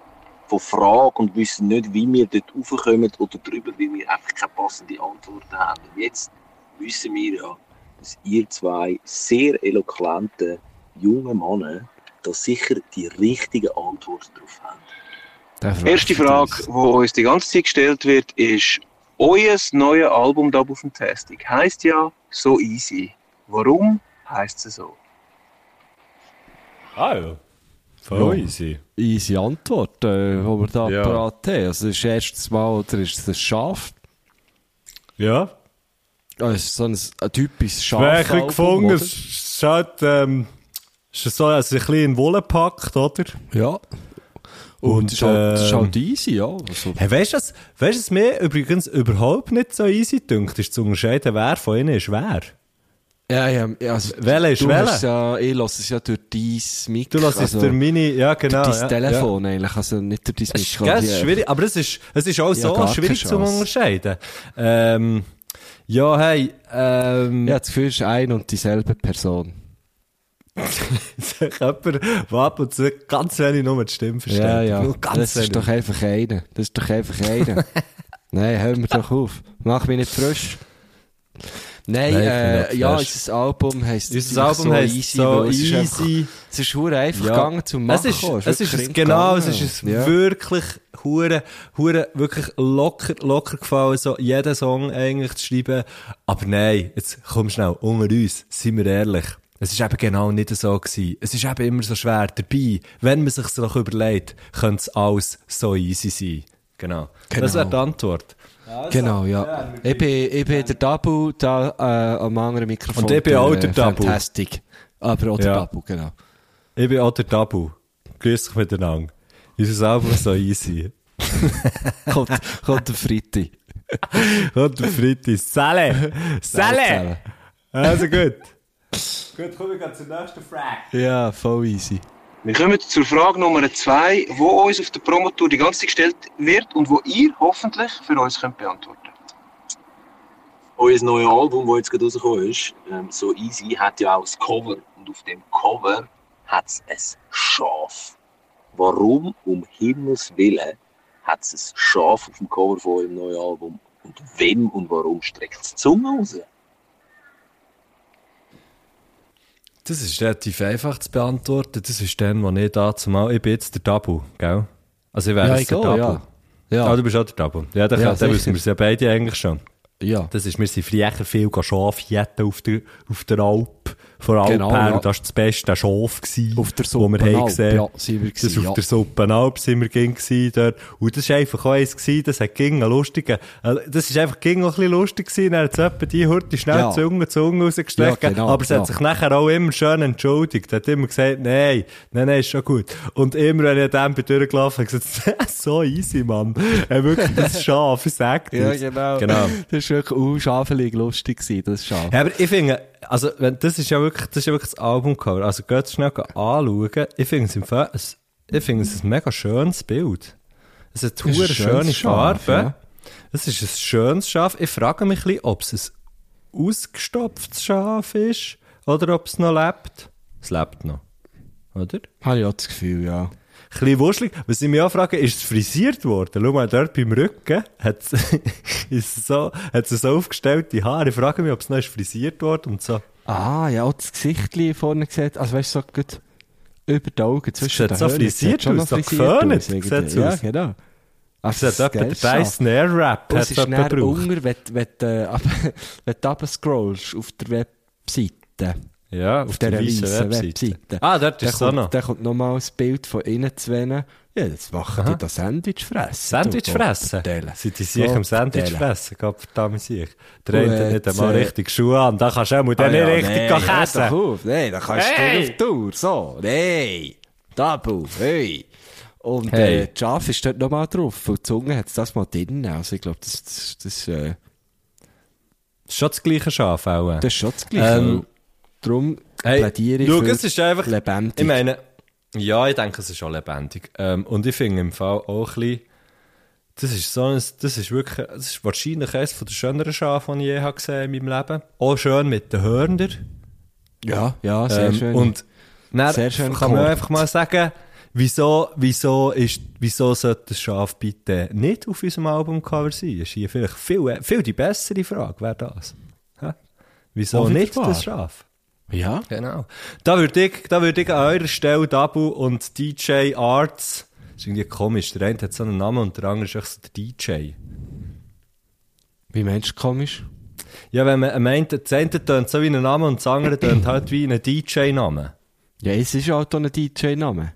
Speaker 6: von Fragen und wissen nicht, wie wir dort raufkommen oder drüber, weil wir einfach keine passende Antwort haben. Und jetzt wissen wir ja, dass ihr zwei sehr eloquente junge Männer da sicher die richtige Antwort drauf haben.
Speaker 1: Erste Frage, die uns die ganze Zeit gestellt wird, ist: Euer neues Album Double Fantastic heißt ja so easy. Warum heißt es so?
Speaker 2: Ah, ja. Voll
Speaker 5: Ja.
Speaker 2: easy.
Speaker 5: Easy Antwort, äh, wo wir da
Speaker 2: Ja.
Speaker 5: parat haben. Also, das ist erstes Mal, oder ist es ein Schaf?
Speaker 2: Ja.
Speaker 5: Also, es ist so ein, ein typisches Schaf.
Speaker 2: Wer ein gefunden, es ist halt, ähm, es ist so, also ein bisschen in Wolle gepackt, oder?
Speaker 5: Ja. Und,
Speaker 2: Und,
Speaker 5: es ist halt, es ist halt
Speaker 2: ähm,
Speaker 5: easy, ja. Also,
Speaker 2: Hey, weißt du, was, weißt du, was mir übrigens überhaupt nicht so easy dünkt, ist zu unterscheiden, wer von ihnen ist wer?
Speaker 5: ja, ja, ja, also,
Speaker 2: Welcher ist
Speaker 5: du
Speaker 2: welcher?
Speaker 5: hast Ja, ich lasse es ja durch dein Mikro.
Speaker 2: Du lässt es
Speaker 5: also,
Speaker 2: durch meine, ja genau.
Speaker 5: Dein
Speaker 2: ja, Ja.
Speaker 5: Telefon eigentlich, also nicht durch dein
Speaker 2: Es ist,
Speaker 5: Mikro.
Speaker 2: gell, es ist
Speaker 5: die-
Speaker 2: schwierig, aber es ist, es ist auch
Speaker 5: Ja,
Speaker 2: so
Speaker 5: gar keine
Speaker 2: schwierig zu
Speaker 5: Chance.
Speaker 2: unterscheiden. Ähm, ja, hey, ähm,
Speaker 5: Ja, das Gefühl es ist ein und dieselbe Person.
Speaker 2: Körper, Wappen, ganz wenig nur die Stimme verstehen. Nur ganz
Speaker 5: Das
Speaker 2: wenig.
Speaker 5: ist doch einfach einer. Das ist doch einfach einer. Nein, hör mir doch auf. Mach mich nicht frisch.
Speaker 2: Nein, ich
Speaker 5: Nein,
Speaker 2: bin
Speaker 5: äh,
Speaker 2: nicht
Speaker 5: ja,
Speaker 2: flash.
Speaker 5: unser Album heisst
Speaker 2: Unser Dus Album heisst so
Speaker 5: weil es ist einfach-
Speaker 2: easy.
Speaker 5: Es ist hure einfach
Speaker 2: Ja.
Speaker 5: gegangen zum Machen. Oh,
Speaker 2: Es ist, es
Speaker 5: wirklich
Speaker 2: ist ein,
Speaker 5: rein
Speaker 2: genau, es
Speaker 5: gegangen.
Speaker 2: ist ein
Speaker 5: Ja.
Speaker 2: wirklich hure, hure, wirklich locker, locker gefallen, so jeden Song eigentlich zu schreiben. Aber nein, jetzt komm schnell, unter uns, seien wir ehrlich. Es ist eben genau nicht so gewesen. Es ist eben immer so schwer dabei. Wenn man sich's noch überlegt, könnte es alles so easy sein. Genau.
Speaker 5: Genau.
Speaker 2: Das wäre die Antwort.
Speaker 5: Genau, ja. ich, bin, ich bin der Dabu da äh, am anderen Mikrofon.
Speaker 2: Und ich bin auch der Dabu.
Speaker 5: eh, Fantastic. Ah, Aber auch der
Speaker 2: Ja.
Speaker 5: Dabu, genau.
Speaker 2: Ich bin auch der Tabu. Grüß dich miteinander. Unser Album so easy.
Speaker 5: Kommt, kommt der Fritti.
Speaker 2: Und der Fritti. Salle! Salle! Also gut. gut, kommen wir zur nächsten Frage.
Speaker 5: Ja, voll easy.
Speaker 1: Wir kommen zur Frage Nummer zwei, die uns auf der Promotour die ganze Zeit gestellt wird und wo ihr hoffentlich für uns könnt beantworten
Speaker 6: Euer neues Album, das jetzt gerade rausgekommen ist, ähm, so easy, hat ja auch ein Cover. Und auf dem Cover hat es ein Schaf. Warum um Himmels Willen hat es ein Schaf auf dem Cover von eurem neuen Album? Und wem und warum streckt es die Zunge raus?
Speaker 2: Das ist relativ einfach zu beantworten. Das ist dann, wo ich da zumal. Ich bin jetzt der Tabu, gell? Also ich wäre jetzt der Tabu.
Speaker 5: egal, ja.
Speaker 2: Ah,
Speaker 5: Ja,
Speaker 2: du bist auch der Tabu. Ja, dann,
Speaker 5: Ja,
Speaker 2: kann- dann
Speaker 5: sicher.
Speaker 2: wissen wir es ja beide eigentlich schon.
Speaker 5: ja.
Speaker 2: Das ist, wir sind früher viel Schafjetten auf der, auf der Alp, vor Alp
Speaker 5: Genau,
Speaker 2: her.
Speaker 5: ja.
Speaker 2: Und das war das beste Schaf gewesen,
Speaker 5: Auf der
Speaker 2: wo wir haben
Speaker 5: Suppenalp,
Speaker 2: gesehen.
Speaker 5: ja, sind wir
Speaker 2: das
Speaker 5: gewesen,
Speaker 2: auf
Speaker 5: ja.
Speaker 2: der Suppenalp sind wir ging gewesen dort. Und das war einfach auch eins gewesen, das hat ging einen lustigen, äh, das war einfach ging auch ein bisschen lustig gewesen. Dann hat es etwa die Hurti schnell
Speaker 5: Ja.
Speaker 2: Zunge, Zunge rausgestreckt.
Speaker 5: Ja, genau,
Speaker 2: aber es
Speaker 5: ja.
Speaker 2: hat sich nachher auch immer schön entschuldigt. Hat immer gesagt, nein, nein, nein, ist schon gut. Und immer, wenn ich an dem bin durchgelaufen, hat er gesagt, so easy, Mann. Er wirklich das Schaf, ich sag dir. Genau.
Speaker 5: Das war wirklich unschafelig lustig, gewesen, das Schaf.
Speaker 2: Ja, aber ich finde, also, wenn, das ist ja wirklich, das ist ja wirklich das Albumcover. Also, geht es schnell anschauen. Ich finde es im Fall, es- ich finde es ein mega schönes Bild. Es hat
Speaker 5: ist
Speaker 2: eine
Speaker 5: ein
Speaker 2: schöne
Speaker 5: schönes Schaf,
Speaker 2: Farbe.
Speaker 5: ja.
Speaker 2: Es ist ein schönes Schaf. Ich frage mich ein bisschen, ob es ein ausgestopftes Schaf ist oder ob es noch lebt. Es lebt noch. Oder?
Speaker 5: Habe ich auch das Gefühl, ja.
Speaker 2: Ein bisschen wuschelig. Was ich mich auch frage, ist es frisiert worden? Schau mal, dort beim Rücken hat es ist es so, hat es so aufgestellte Haare. Ich frage mich, ob es noch ist frisiert worden und so.
Speaker 5: Ah, ja, auch das Gesichtli vorne gesehen. Also, weißt du, so gut über die Augen zwischen
Speaker 2: hat so
Speaker 5: Höhlen. Es
Speaker 2: frisiert
Speaker 5: schon
Speaker 2: aus,
Speaker 5: noch
Speaker 2: so
Speaker 5: frisiert
Speaker 2: geföhnt
Speaker 5: aus, irgendwie.
Speaker 2: sieht's
Speaker 5: Ja,
Speaker 2: aus.
Speaker 5: genau.
Speaker 2: Es hat jemand den
Speaker 5: geiles Schaf.
Speaker 2: Dice Snare Rap
Speaker 5: Und
Speaker 2: hat
Speaker 5: Es ist
Speaker 2: jemand
Speaker 5: näher
Speaker 2: gebraucht.
Speaker 5: unter, wenn, du- wenn, du, äh, ab- wenn du runter scrollst auf der Webseite.
Speaker 2: Ja,
Speaker 5: Auf dieser
Speaker 2: weissen
Speaker 5: weißen Webseite.
Speaker 2: Ah, dort ist es auch
Speaker 5: kommt,
Speaker 2: noch.
Speaker 5: Dann kommt nochmal ein Bild von innen zu wenen. Ja, jetzt machen die das Sandwich fressen.
Speaker 2: Sandwich
Speaker 5: du
Speaker 2: fressen?
Speaker 5: Gottverdelen.
Speaker 2: Sind die sich am Sandwich
Speaker 5: Gottverdelen.
Speaker 2: fressen? Gottverdammt sich. Der
Speaker 5: Und
Speaker 2: eine hat nicht
Speaker 5: jetzt,
Speaker 2: einmal
Speaker 5: äh,
Speaker 2: richtig Schuhe an. Da kannst du auch mal
Speaker 5: Ah
Speaker 2: dann nicht
Speaker 5: ja,
Speaker 2: richtig
Speaker 5: nee, hör
Speaker 2: käsen.
Speaker 5: doch auf. Nein, da kannst
Speaker 2: Hey!
Speaker 5: du auf Tour. So, nein. Tabu, hey. Und
Speaker 2: Hey.
Speaker 5: äh, die Schaf ist dort nochmal drauf. Und die Zunge hat es das mal drin. Also ich glaube, das, das, das, äh,
Speaker 2: Das ist schon das gleiche Schaf auch.
Speaker 5: das ist schon das Gleiche.
Speaker 2: Ähm,
Speaker 5: Darum
Speaker 2: Hey,
Speaker 5: plädiere ich
Speaker 2: schau,
Speaker 5: für
Speaker 2: es ist einfach,
Speaker 5: lebendig.
Speaker 2: Ich meine, ja, ich denke, es ist schon lebendig. Ähm, und ich finde im Fall auch ein bisschen, das ist so ein, das ist wirklich, das ist wahrscheinlich eines von der schöneren Schafe, die ich je habe gesehen in meinem Leben. Auch schön mit den Hörnern.
Speaker 5: ja, ja, sehr
Speaker 2: Ähm,
Speaker 5: schön.
Speaker 2: Und dann
Speaker 5: Sehr schön
Speaker 2: kann man
Speaker 5: gehört.
Speaker 2: einfach mal sagen, wieso, wieso, ist, wieso sollte das Schaf bitte nicht auf unserem Albumcover sein? Ist hier vielleicht viel, viel die bessere Frage, wäre das. Hä? Wieso
Speaker 5: Auch wieder
Speaker 2: nicht
Speaker 5: wahr.
Speaker 2: das Schaf?
Speaker 5: ja,
Speaker 2: Genau. Da würde ich, da würd ich an eurer Stelle Dabu und DJ Arts. Das ist irgendwie komisch. Der eine hat so einen Namen und der andere ist echt so der DJ.
Speaker 5: wie meinst du komisch?
Speaker 2: Ja, wenn man meint, das eine tönt so wie ein Name und das andere tönt halt wie ein DJ-Name.
Speaker 5: Ja, es ist halt auch ein DJ-Name.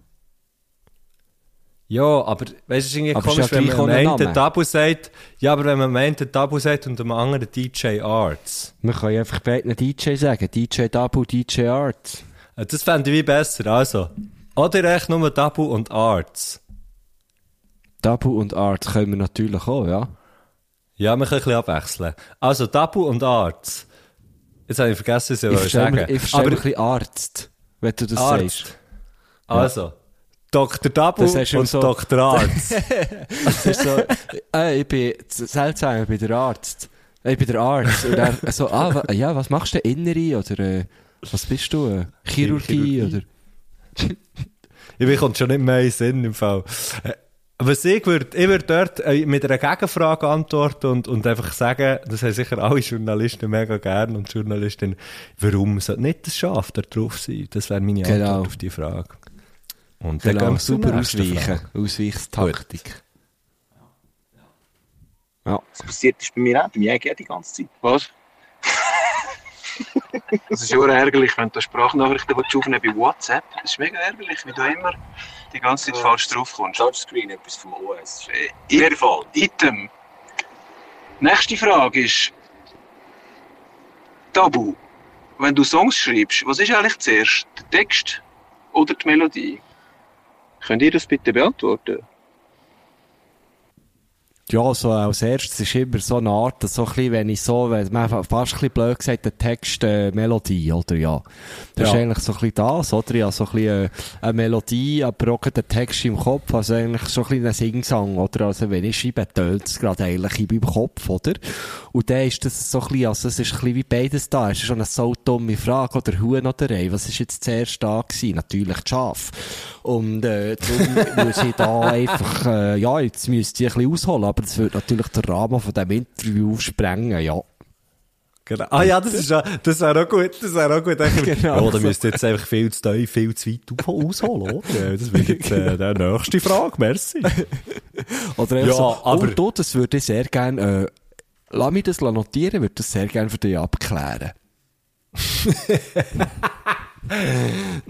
Speaker 2: Ja, aber weißt du, es ist irgendwie
Speaker 5: Aber
Speaker 2: komisch,
Speaker 5: ist ja
Speaker 2: wenn
Speaker 5: gleich
Speaker 2: man
Speaker 5: auch ein
Speaker 2: meint, der
Speaker 5: Name.
Speaker 2: Dabu sagt, ja, aber wenn man meint, der Dabu sagt und dem anderen DJ Arts.
Speaker 5: Man kann ja einfach beiden DJ sagen. DJ Dabu, DJ Art.
Speaker 2: Äh, Das fände ich wie besser. Also, oder echt nur Dabu und Arts.
Speaker 5: Dabu und Art können wir natürlich auch, ja.
Speaker 2: Ja, wir können ein bisschen abwechseln. Also, Dabu und Arts. Jetzt habe ich vergessen, was ich,
Speaker 5: Ich
Speaker 2: wollte
Speaker 5: verstehe,
Speaker 2: sagen
Speaker 5: mir, ich verstehe
Speaker 2: Aber
Speaker 5: mir ein bisschen Arzt, wenn du das
Speaker 2: Arzt.
Speaker 5: sagst.
Speaker 2: Also, Dr. Dabu
Speaker 5: Das hast du
Speaker 2: und
Speaker 5: so-
Speaker 2: Dr. Arzt.
Speaker 5: Das ist so, äh, ich bin z- seltsam, ich bin der Arzt. Ich bin der Arzt. Und er so, ah, wa, ja, was machst du denn? Innere oder äh, was bist du? Äh, Chirurgie,
Speaker 2: Chirurgie.
Speaker 5: oder?
Speaker 2: ich bin kommt schon nicht mehr in den Sinn im Fall. Äh, Was ich würde, ich würde dort äh, mit einer Gegenfrage antworten und, und einfach sagen, das haben sicher alle Journalisten mega gern und Journalistinnen, warum sollte nicht das Schaf da drauf sein? Das wäre meine Antwort
Speaker 5: Genau.
Speaker 2: auf die Frage. Und dann
Speaker 5: Genau,
Speaker 2: gehen wir zur
Speaker 5: super
Speaker 2: nächsten
Speaker 5: ausweichen.
Speaker 2: Frage.
Speaker 5: Ausweichstaktik. Ja.
Speaker 6: Was passiert ist bei mir auch. Bei mir auch die ganze Zeit.
Speaker 1: Was? das ist immer ärgerlich, wenn du Sprachnachrichten willst aufnehmen bei WhatsApp. Das ist mega ärgerlich, wie du immer die ganze Zeit falsch draufkommst.
Speaker 6: Touchscreen, etwas vom OS.
Speaker 1: Äh, in jedem Fall, Item. Nächste Frage ist: Tabu. Wenn du Songs schreibst, was ist eigentlich zuerst? Der Text oder die Melodie? Könnt ihr das bitte beantworten?
Speaker 5: Ja, so äh, als erstes ist immer so eine Art, dass so ein bisschen, wenn ich so, wenn man fa- fast ein bisschen blöd gesagt, der Text, äh, Melodie, oder ja. Das
Speaker 2: Ja.
Speaker 5: ist eigentlich so ein bisschen das, oder? Ja, so ein bisschen äh, eine Melodie, aber auch den Text im Kopf, also eigentlich so ein bisschen ein Singsang, oder? Also wenn ich schreibe, tönt es gerade eigentlich in meinem Kopf, oder? Und dann ist das so ein bisschen, also es ist ein bisschen wie beides da. Es ist schon eine so dumme Frage, oder Huhn oder Ei, was ist jetzt zuerst da gewesen? Natürlich das Schaf. Und, äh, darum muss ich da einfach, äh, ja, jetzt müsste ich ein bisschen ausholen, aber das würde natürlich den Rahmen von diesem Interview sprengen, ja.
Speaker 2: Genau. Ah ja, das ist ja, das wäre auch gut, das wäre auch gut. genau. Oder müsst ihr jetzt einfach viel zu tief, viel zu weit auf- ausholen, oder? Das wäre jetzt äh, die nächste Frage, merci.
Speaker 5: Oder
Speaker 2: Ja,
Speaker 5: ja, so,
Speaker 2: aber-
Speaker 5: aber du, das würde ich sehr gerne, äh, lass mich das notieren, würde das sehr gerne für dich abklären.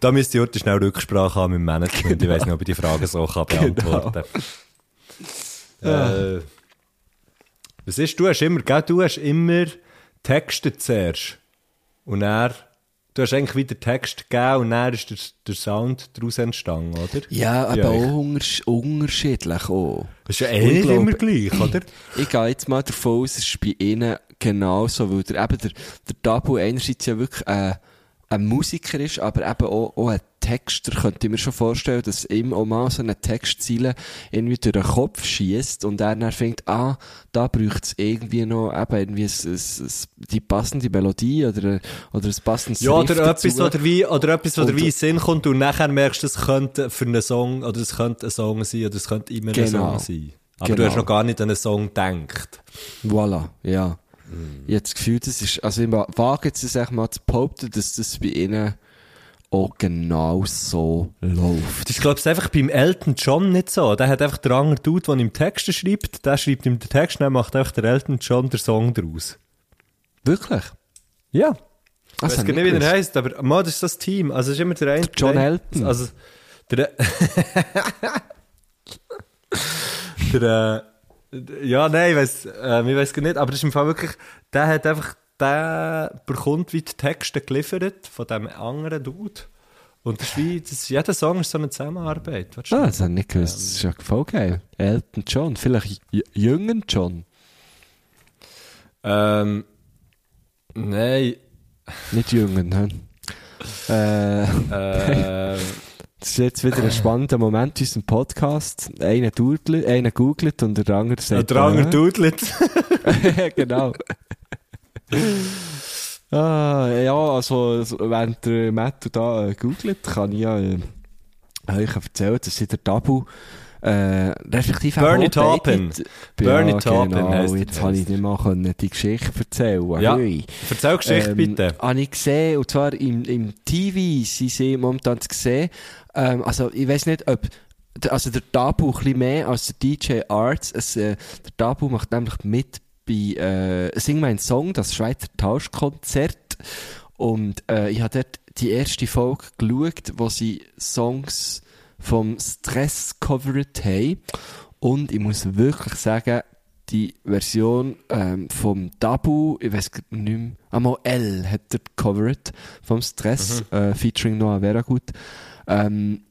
Speaker 2: Da müsst ihr heute schnell Rücksprache haben mit dem Management. Ich
Speaker 5: Genau.
Speaker 2: weiß nicht, ob ich die Frage so kann beantworten kann. Äh, was ist, du hast immer, gell, du hast immer Texte zuerst. Und er, du hast eigentlich wieder Text gegeben und dann ist der, der Sound daraus entstanden, oder?
Speaker 5: Ja, aber
Speaker 2: euch.
Speaker 5: auch untersch unterschiedlich auch.
Speaker 2: Das ist ja eh nicht
Speaker 5: Ich glaub-
Speaker 2: immer gleich, oder?
Speaker 5: Ich gehe jetzt mal davon aus, es ist bei ihnen genauso, weil der, eben der, der Tabu einerseits ja wirklich äh, ein Musiker ist, aber eben auch, auch ein Texter. Könnte ich mir schon vorstellen, dass ihm auch mal so eine Textzeile irgendwie durch den Kopf schießt und er dann denkt, ah, da bräuchte es irgendwie noch eben irgendwie s- s- s- die passende Melodie oder, oder das passende
Speaker 2: Ja, oder
Speaker 5: dazu.
Speaker 2: etwas, oder wie, oder etwas, oder
Speaker 5: Und-
Speaker 2: wie in den Sinn kommt und nachher merkst du, es könnte für einen Song, oder es könnte ein Song sein, oder es könnte immer
Speaker 5: Genau.
Speaker 2: ein Song sein. Aber du
Speaker 5: Genau.
Speaker 2: hast noch gar nicht an einen Song gedacht.
Speaker 5: Voilà, ja.
Speaker 2: Mhm.
Speaker 5: Ich habe das Gefühl, das ist, also ich wa- wage jetzt das echt mal zu behaupten, dass das bei ihnen auch genau so läuft.
Speaker 2: Das ist, glaube ich, einfach beim Elton John nicht so. Der hat einfach den anderen Dude, der ihm Texte schreibt, der schreibt ihm den Text, dann macht einfach der Elton John den Song daraus.
Speaker 5: Wirklich? Ah,
Speaker 2: Ja.
Speaker 5: Das
Speaker 2: Ich
Speaker 5: hab
Speaker 2: weiß gar
Speaker 5: ich
Speaker 2: nicht, wie der
Speaker 5: gewusst.
Speaker 2: heisst, aber mal, das ist das Team. Also es ist immer der eine.
Speaker 5: John
Speaker 2: der-
Speaker 5: Elton.
Speaker 2: Also der. der äh, ja, nein, ich weiß, äh, ich weiß gar nicht, aber das ist im Fall wirklich, der hat einfach, der bekommt wie die Texte geliefert von dem anderen Dude. Und das ist wie, das, jeder Song ist so eine Zusammenarbeit. Weißt du?
Speaker 5: Ah, das habe ich nicht gewusst. Das ist ja voll geil. Elton John, vielleicht J- jüngeren John.
Speaker 2: Ähm, nein,
Speaker 5: Nicht jüngeren, hä? Äh,
Speaker 2: ähm,
Speaker 5: das ist jetzt wieder ein spannender Moment in unserem Podcast. Einer, doodle- einer googelt und der andere sagt...
Speaker 2: der andere
Speaker 5: äh,
Speaker 2: Dudlet.
Speaker 5: Ja, genau. ah, ja, also so, während der Matthew da äh, googelt, kann ich ja äh, euch erzählen, dass sie der Tabu äh, respektive
Speaker 2: Bernie
Speaker 5: auch beide-
Speaker 2: Taupin.
Speaker 5: Ja,
Speaker 2: Bernie Taupin
Speaker 5: genau,
Speaker 2: heisst er,
Speaker 5: jetzt habe ich
Speaker 2: heisst
Speaker 5: nicht mal können, die Geschichte erzählen.
Speaker 2: Ja.
Speaker 5: Hui.
Speaker 2: Erzähl Geschichte
Speaker 5: Ähm,
Speaker 2: bitte.
Speaker 5: Habe ich gesehen, und zwar im, im TV, sie sind momentan zu sehen. Ähm, also, ich weiß nicht, ob, d- also der Tabu ein bisschen mehr als der DJ Arts. Es, äh, der Tabu macht nämlich mit bei äh, Sing mein Song, das Schweizer Tauschkonzert. Und äh, ich habe dort die erste Folge geschaut, wo sie Songs vom Stress covered haben. Und ich muss wirklich sagen, die Version ähm, vom Dabu, ich weiß nicht mehr, einmal L hat er covered vom Stress,
Speaker 2: Mhm.
Speaker 5: äh, featuring Noah Veragut. Ähm,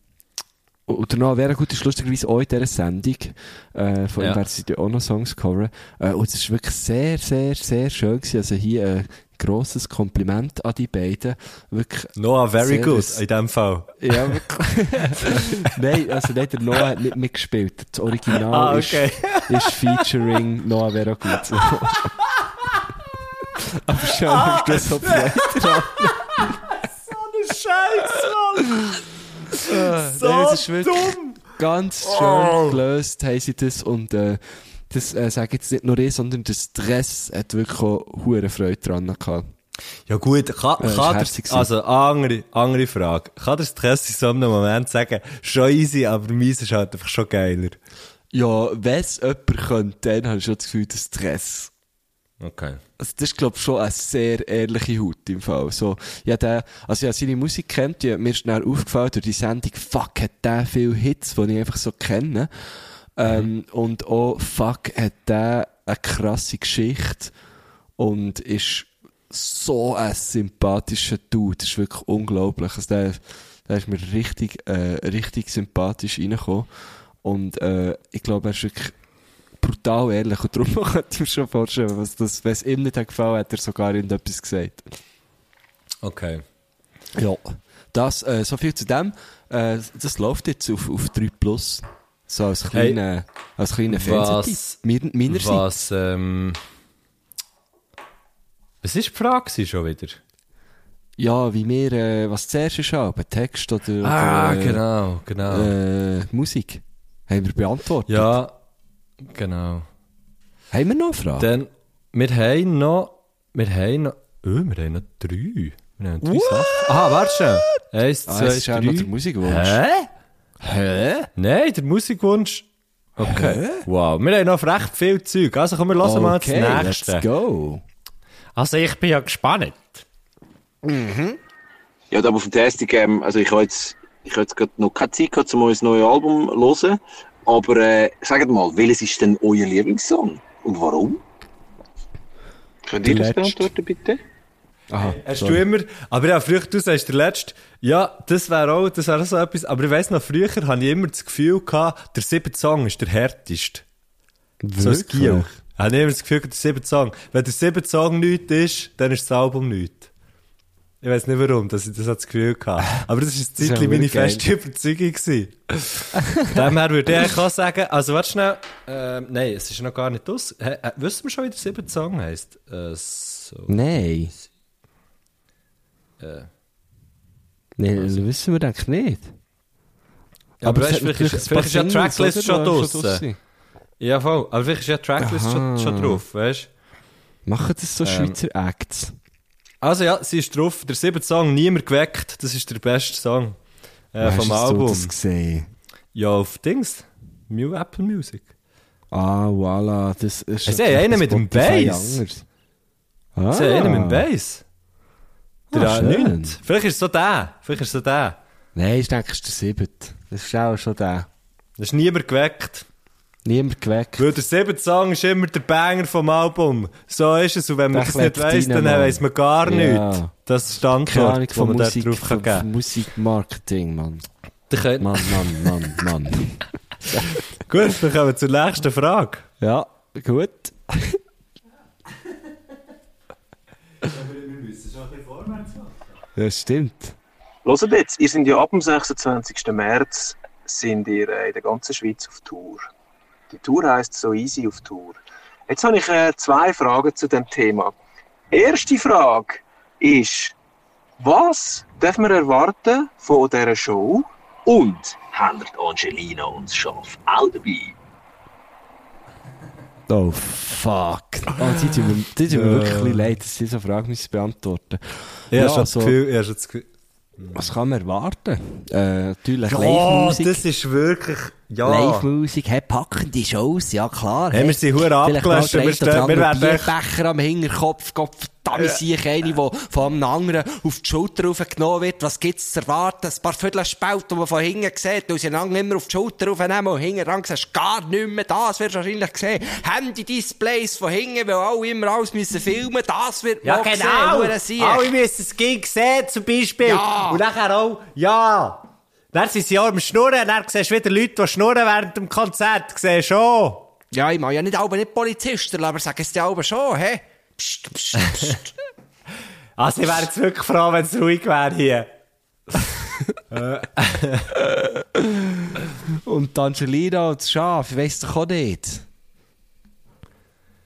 Speaker 5: und der Noah Veragut ist lustigerweise auch in dieser Sendung, äh, von
Speaker 2: Ja.
Speaker 5: ihm werden sie ja auch noch Songs coveren. Äh, und es ist wirklich sehr, sehr, sehr schön gewesen. Also hier ein grosses Kompliment an die beiden. Wirklich
Speaker 2: Noah, very
Speaker 5: Sehr
Speaker 2: good,
Speaker 5: das-
Speaker 2: in dem Fall.
Speaker 5: ja, wirklich. Nein, also nein, der Noah hat nicht mitgespielt. Das Original
Speaker 2: Ah, okay.
Speaker 5: ist, ist featuring Noah Vera gut. Aber schau mal, ob das so bleibt.
Speaker 2: Scheiße, Mann!
Speaker 5: Nein, es Ah, ist wirklich Ganz schön gelöst haben sie das und äh, das äh, sage jetzt nicht nur ich, sondern der Stress hat wirklich auch hure Freude dran gehabt.
Speaker 2: Ja gut, kann,
Speaker 5: Ja, das
Speaker 2: kann
Speaker 5: ist
Speaker 2: der,
Speaker 5: herzig
Speaker 2: also andere, andere Frage. Kann der Stress in so einem Moment sagen, schon easy, aber meins ist halt einfach schon geiler.
Speaker 5: Ja, wenn es jemand könnte, dann habe ich schon das Gefühl, der Stress.
Speaker 2: Okay.
Speaker 5: Also das ist, glaube ich, schon eine sehr ehrliche Haut im Fall. So, ja, der, also ja, seine Musik kennt, ja, mir ist schnell aufgefallen durch die Sendung, fuck, hat der viele Hits, die ich einfach so kenne. Ähm, Und auch, fuck, hat der eine krasse Geschichte und ist so ein sympathischer Dude. Das ist wirklich unglaublich. Also der, der ist mir richtig, äh, richtig sympathisch reingekommen. Und äh, ich glaube, er ist wirklich brutal ehrlich und darum kann ich mir schon vorstellen, was das, wenn es ihm nicht hat gefallen hat, er sogar irgendetwas gesagt.
Speaker 2: Okay.
Speaker 5: Ja. Das, äh, so viel zu dem, äh, das läuft jetzt auf, auf 3 Plus. So als kleiner, als kleiner Fernsehtipp.
Speaker 2: Was,
Speaker 5: Mir- Meinerseits.
Speaker 2: was, ähm, was ist die Frage gewesen schon wieder?
Speaker 5: Ja, wie wir, äh, was zuerst ist haben, Text oder,
Speaker 2: Ah,
Speaker 5: oder
Speaker 2: genau, genau.
Speaker 5: äh, äh, Musik. Haben wir beantwortet.
Speaker 2: ja, genau.
Speaker 5: Haben wir noch eine Frage?
Speaker 2: Dann, wir haben noch, wir haben noch, oh, wir haben noch drei. Wir haben noch drei Sachen. Aha, warte schon. Eins,
Speaker 5: Ah,
Speaker 2: zwei,
Speaker 5: es ist auch
Speaker 2: drei.
Speaker 5: noch der Musikwunsch.
Speaker 2: Hä? Hä? Nein, der Musikwunsch. Okay. Wow, wir haben noch recht viel Zeug. Also komm, wir hören mal das nächste.
Speaker 5: let's go.
Speaker 2: Also ich bin ja gespannt.
Speaker 6: Ja, aber auf dem Testing, ähm, also ich habe jetzt, ich habe jetzt gerade noch keine Zeit gehabt, um euer neues Album zu hören. Aber äh, sagt mal, welches ist denn euer Lieblingssong? Und warum?
Speaker 1: Könnt ihr
Speaker 5: Der
Speaker 1: das
Speaker 5: letzte.
Speaker 1: beantworten, bitte?
Speaker 5: Aha,
Speaker 2: Hast
Speaker 5: sorry.
Speaker 2: du immer, aber ja, früher, du sagst der Letzte, ja, das wäre auch, das wäre auch so etwas, aber ich weiss noch, früher hatte ich immer das Gefühl, gehabt, der siebte Song ist der härteste. So ein
Speaker 5: Wirklich?
Speaker 2: Gio. Habe ich immer das Gefühl, der siebte Song. Wenn der siebte Song nichts ist, dann ist das Album nichts. Ich weiss nicht warum, dass ich das als Gefühl hatte. Aber das ist ein
Speaker 5: ist
Speaker 2: Zeitchen
Speaker 5: aber
Speaker 2: meine
Speaker 5: wirklich geil.
Speaker 2: feste Überzeugung gewesen. Von dem her würde ich eigentlich auch sagen, also warte schnell, ähm, nein, es ist noch gar nicht aus. Hä, äh, wissen wir schon, wie der siebte Song heisst? Äh, so.
Speaker 5: Nein. Nein, das wissen wir eigentlich nicht.
Speaker 2: Ja, aber weißt,
Speaker 5: es hat
Speaker 2: vielleicht ist, vielleicht
Speaker 5: natürlich
Speaker 2: ist ja
Speaker 5: ein
Speaker 2: die
Speaker 5: paar
Speaker 2: Tracklist
Speaker 5: Singles,
Speaker 2: schon
Speaker 5: oder?
Speaker 2: draussen.
Speaker 5: draussen.
Speaker 2: Ja, voll. Aber vielleicht ist ja die Tracklist schon,
Speaker 5: Aha.
Speaker 2: schon drauf, weißt
Speaker 5: Machen das so Schweizer Acts.
Speaker 2: Also ja, sie ist drauf. Der siebte Song, Niemand geweckt, das ist der beste Song äh,
Speaker 5: Hast
Speaker 2: vom
Speaker 5: du
Speaker 2: Album.
Speaker 5: das gesehen?
Speaker 2: Ja, auf Dings. New Apple Music.
Speaker 5: Ah, voilà. Das ist
Speaker 2: Es ist ja einer mit dem
Speaker 5: Spotify
Speaker 2: Bass.
Speaker 5: anders. Ah.
Speaker 2: Das ist ja einer mit dem Bass. Der
Speaker 5: Ah,
Speaker 2: ah,
Speaker 5: schön.
Speaker 2: Vielleicht ist es so der. Vielleicht ist es so der.
Speaker 5: Nein, ich denke, es ist der siebte. Das ist auch schon der.
Speaker 2: Das ist niemand geweckt.
Speaker 5: Niemand geweckt.
Speaker 2: Weil der siebte Song ist immer der Banger vom Album. So ist es. Und wenn man
Speaker 5: Der
Speaker 2: das nicht
Speaker 5: klebt
Speaker 2: weiss,
Speaker 5: rein,
Speaker 2: dann
Speaker 5: Mann.
Speaker 2: weiss man gar
Speaker 5: Ja.
Speaker 2: nichts. Das ist die
Speaker 5: Keine Ahnung
Speaker 2: Antwort, die
Speaker 5: von
Speaker 2: man da
Speaker 5: Musik,
Speaker 2: drauf kann
Speaker 5: von,
Speaker 2: geben
Speaker 5: von Musikmarketing, Mann.
Speaker 2: kann.
Speaker 5: Mann, Mann, Mann, Mann.
Speaker 2: Gut, dann kommen wir zur nächsten Frage.
Speaker 5: ja, gut. Das stimmt.
Speaker 1: Hört jetzt, ihr seid ja ab dem 26. März sind ihr äh, in der ganzen Schweiz auf Tour. Die Tour heisst so easy auf Tour. Jetzt habe ich äh, zwei Fragen zu dem Thema. Erste Frage ist, was dürfen wir erwarten von dieser Show?
Speaker 6: Und haben wir die Angelina und das Schaf auch dabei?
Speaker 5: Oh, fuck. Oh, die tut mir, die tut mir wirklich ein bisschen leid, dass sie so Fragen müssen beantworten
Speaker 2: Ich ja,
Speaker 5: Ja,
Speaker 2: habe schon das
Speaker 5: so-
Speaker 2: Gefühl, ich habe schon das Gefühl.
Speaker 5: Was kann man erwarten? Äh, natürlich
Speaker 2: Ja,
Speaker 5: Live-Musik.
Speaker 2: das ist wirklich. Ja.
Speaker 5: Live-Musik, hey, packende Shows, ja klar.
Speaker 2: Ah. Hey, wir sind hure
Speaker 5: Vielleicht mal
Speaker 2: abgelöscht,
Speaker 5: der
Speaker 2: wir
Speaker 5: eine
Speaker 2: stehen-
Speaker 5: oder
Speaker 2: wir
Speaker 5: andere
Speaker 2: werden echt-
Speaker 5: Bierbecher am Hinterkopf, Gott verdammt, sehe ich eine, die von einem anderen auf die Schulter raufgenommen wird. Was gibt's zu erwarten? Ein paar Viertel Spalt, die man von hinten sieht, weil sie einander immer auf die Schulter raufnehmen und hinten dran siehst du gar nicht mehr. Das wirst du wahrscheinlich sehen. Handy-Displays von hinten, weil alle immer alles müssen filmen. Das wird man auch sehen. genau. hure Sieg.
Speaker 2: genau. Alle müssen das Gig sehen, zum Beispiel.
Speaker 5: Ja.
Speaker 2: Und nachher auch, ja. Dann sind sie auch am Schnurren, dann siehst du wieder Leute, die schnurren während dem Konzert. Siehst du schon.
Speaker 5: Ja, ich meine ja nicht, aber nicht Polizisten, aber sag es dir aber schon, hä? Psst, psst, psst.
Speaker 2: Also, ich wäre jetzt wirklich froh, wenn es ruhig wäre hier.
Speaker 5: Und die Angelina und das Schaf, ich weiss doch auch nicht.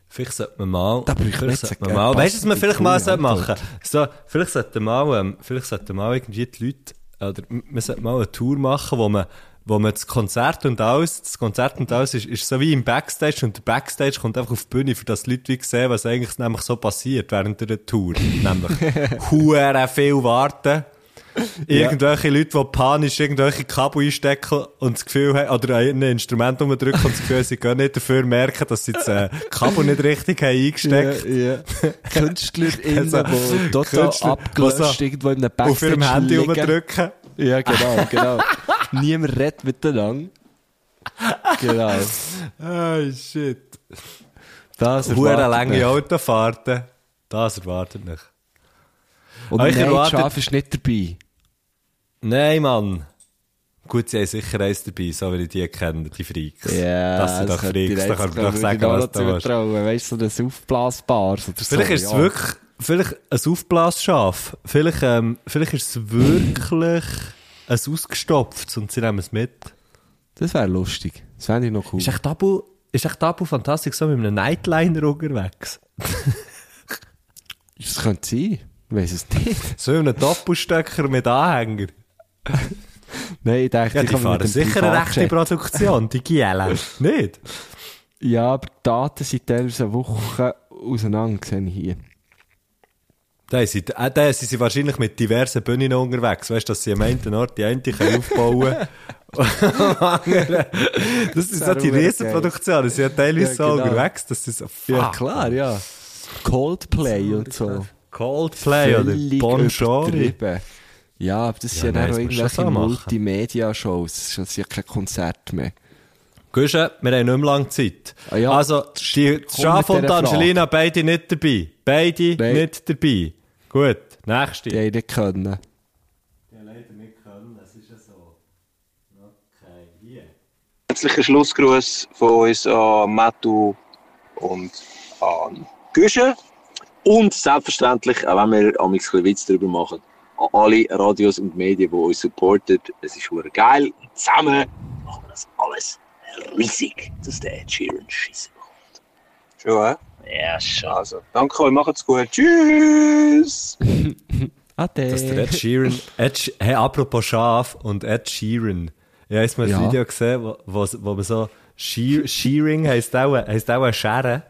Speaker 2: Vielleicht sollte man mal.
Speaker 5: Da brauche ich
Speaker 2: vielleicht
Speaker 5: nicht
Speaker 2: sollte man
Speaker 5: sagen,
Speaker 2: mal.
Speaker 5: passt
Speaker 2: Weißt du, was man
Speaker 5: die
Speaker 2: vielleicht mal
Speaker 5: coole
Speaker 2: sollte machen
Speaker 5: Antwort.
Speaker 2: so, Vielleicht sollte man mal, ähm, vielleicht sollte man mal irgendwie die Leute, oder m- man sollte mal eine Tour machen, wo man wo man das Konzert und alles, das Konzert und alles ist, ist so wie im Backstage und der Backstage kommt einfach auf die Bühne, für das die Leute wie sehen, was eigentlich nämlich so passiert während der Tour. nämlich, huere viel warten. Irgendwelche Leute, die panisch irgendwelche Kabel einstecken und das Gefühl haben, oder ein Instrument rumdrücken und das Gefühl haben, sie gehen nicht dafür merken, dass sie das äh, Kabel nicht richtig haben eingesteckt haben.
Speaker 5: Eh, Ja, ja. KünstlerInnen,
Speaker 2: Also,
Speaker 5: die total
Speaker 2: Künstler, die
Speaker 5: abgelöscht
Speaker 2: so
Speaker 5: irgendwo in einem
Speaker 2: Auf
Speaker 5: Backstage
Speaker 2: ihrem Handy
Speaker 5: liegen.
Speaker 2: rumdrücken.
Speaker 5: Ja, genau, genau. Niemand redet miteinander. Genau.
Speaker 2: Ah, shit.
Speaker 5: Das
Speaker 2: Huere
Speaker 5: erwartet mich.
Speaker 2: lange Autofahrten. Das erwartet mich.
Speaker 5: Und
Speaker 2: Euch
Speaker 5: nein, erwartet...
Speaker 2: erwartet-
Speaker 5: Schaf ist nicht dabei.
Speaker 2: Nein, Mann. Gut, sie haben sicher eins dabei, so wie ich die kenne, die Freaks. das sind doch
Speaker 5: könnte ich
Speaker 2: Freaks, da
Speaker 5: jetzt-
Speaker 2: kann man
Speaker 5: glaub
Speaker 2: doch
Speaker 5: ich,
Speaker 2: sagen,
Speaker 5: genau
Speaker 2: was du
Speaker 5: dazu
Speaker 2: willst.
Speaker 5: trauen. Weißt du, so ein Aufblasbares oder so.
Speaker 2: Vielleicht ist es
Speaker 5: ja.
Speaker 2: wirklich, vielleicht ein Aufblasschaf. Vielleicht, ähm, vielleicht ist es wirklich ein ausgestopftes und sie nehmen es mit.
Speaker 5: Das wäre lustig. Das fände ich noch cool.
Speaker 2: Ist echt Abu, ist echt Abu fantastisch so mit einem Nightliner unterwegs?
Speaker 5: Das könnte sein. Ich weiß es nicht.
Speaker 2: So mit einem Doppelstöcker mit Anhänger.
Speaker 5: Nein, ich dachte,
Speaker 2: Ja,
Speaker 5: ich
Speaker 2: die
Speaker 5: kann mit
Speaker 2: fahren
Speaker 5: dem
Speaker 2: sicher eine
Speaker 5: Privatjet-
Speaker 2: rechte Produktion, die Giela. Nicht?
Speaker 5: Ja, aber die Daten sind teilweise eine Woche auseinander gesehen hier.
Speaker 2: Da sind, äh, da sind sie wahrscheinlich mit diversen Bühnen noch unterwegs. Weißt du, dass sie am einen Ort die eine können aufbauen Das sind so die
Speaker 5: wäre
Speaker 2: Riesenproduktionen. Sie sind ja teilweise
Speaker 5: Ja,
Speaker 2: so
Speaker 5: genau.
Speaker 2: unterwegs, dass sie so, fuck,
Speaker 5: Ja, klar, ja. Coldplay und so.
Speaker 2: Coldplay oder
Speaker 5: Völlig
Speaker 2: Bon Jovi.
Speaker 5: übertrieben. Ja, aber das sind
Speaker 2: Ja,
Speaker 5: ja,
Speaker 2: nein,
Speaker 5: dann auch
Speaker 2: das musst du schon
Speaker 5: irgendwelche
Speaker 2: so machen.
Speaker 5: Multimedia-Shows. Das ist- Das ist ja kein Konzert mehr.
Speaker 2: Guschen, wir haben nicht mehr lange Zeit.
Speaker 5: Ah ja.
Speaker 2: Also, die
Speaker 5: Komm
Speaker 2: Schaf
Speaker 5: mit
Speaker 2: und
Speaker 5: dieser
Speaker 2: Angelina, beide nicht dabei. Beide
Speaker 5: Nein.
Speaker 2: nicht dabei. Gut, nächste.
Speaker 5: Die haben nicht können.
Speaker 7: Herzlichen Schlussgruß von uns an Mattu und an Güsche. Und selbstverständlich, auch wenn wir am ein bisschen Witz darüber machen, an alle Radios und Medien, die uns supporten. Es ist super geil. Und Zusammen machen wir das alles riesig, dass der Ed Sheeran Scheiße bekommt. Schon, hä? Ja, schon. Also, danke euch, macht's gut. Tschüss!
Speaker 5: Ade.
Speaker 2: Dass der Ed Sheeran, Ed, Sh- hey, apropos Schaf und Ed Sheeran. Ich habe mal
Speaker 5: Ja.
Speaker 2: ein Video gesehen, wo, wo, wo man so, Shear, Shearing heisst auch, heisst auch Schere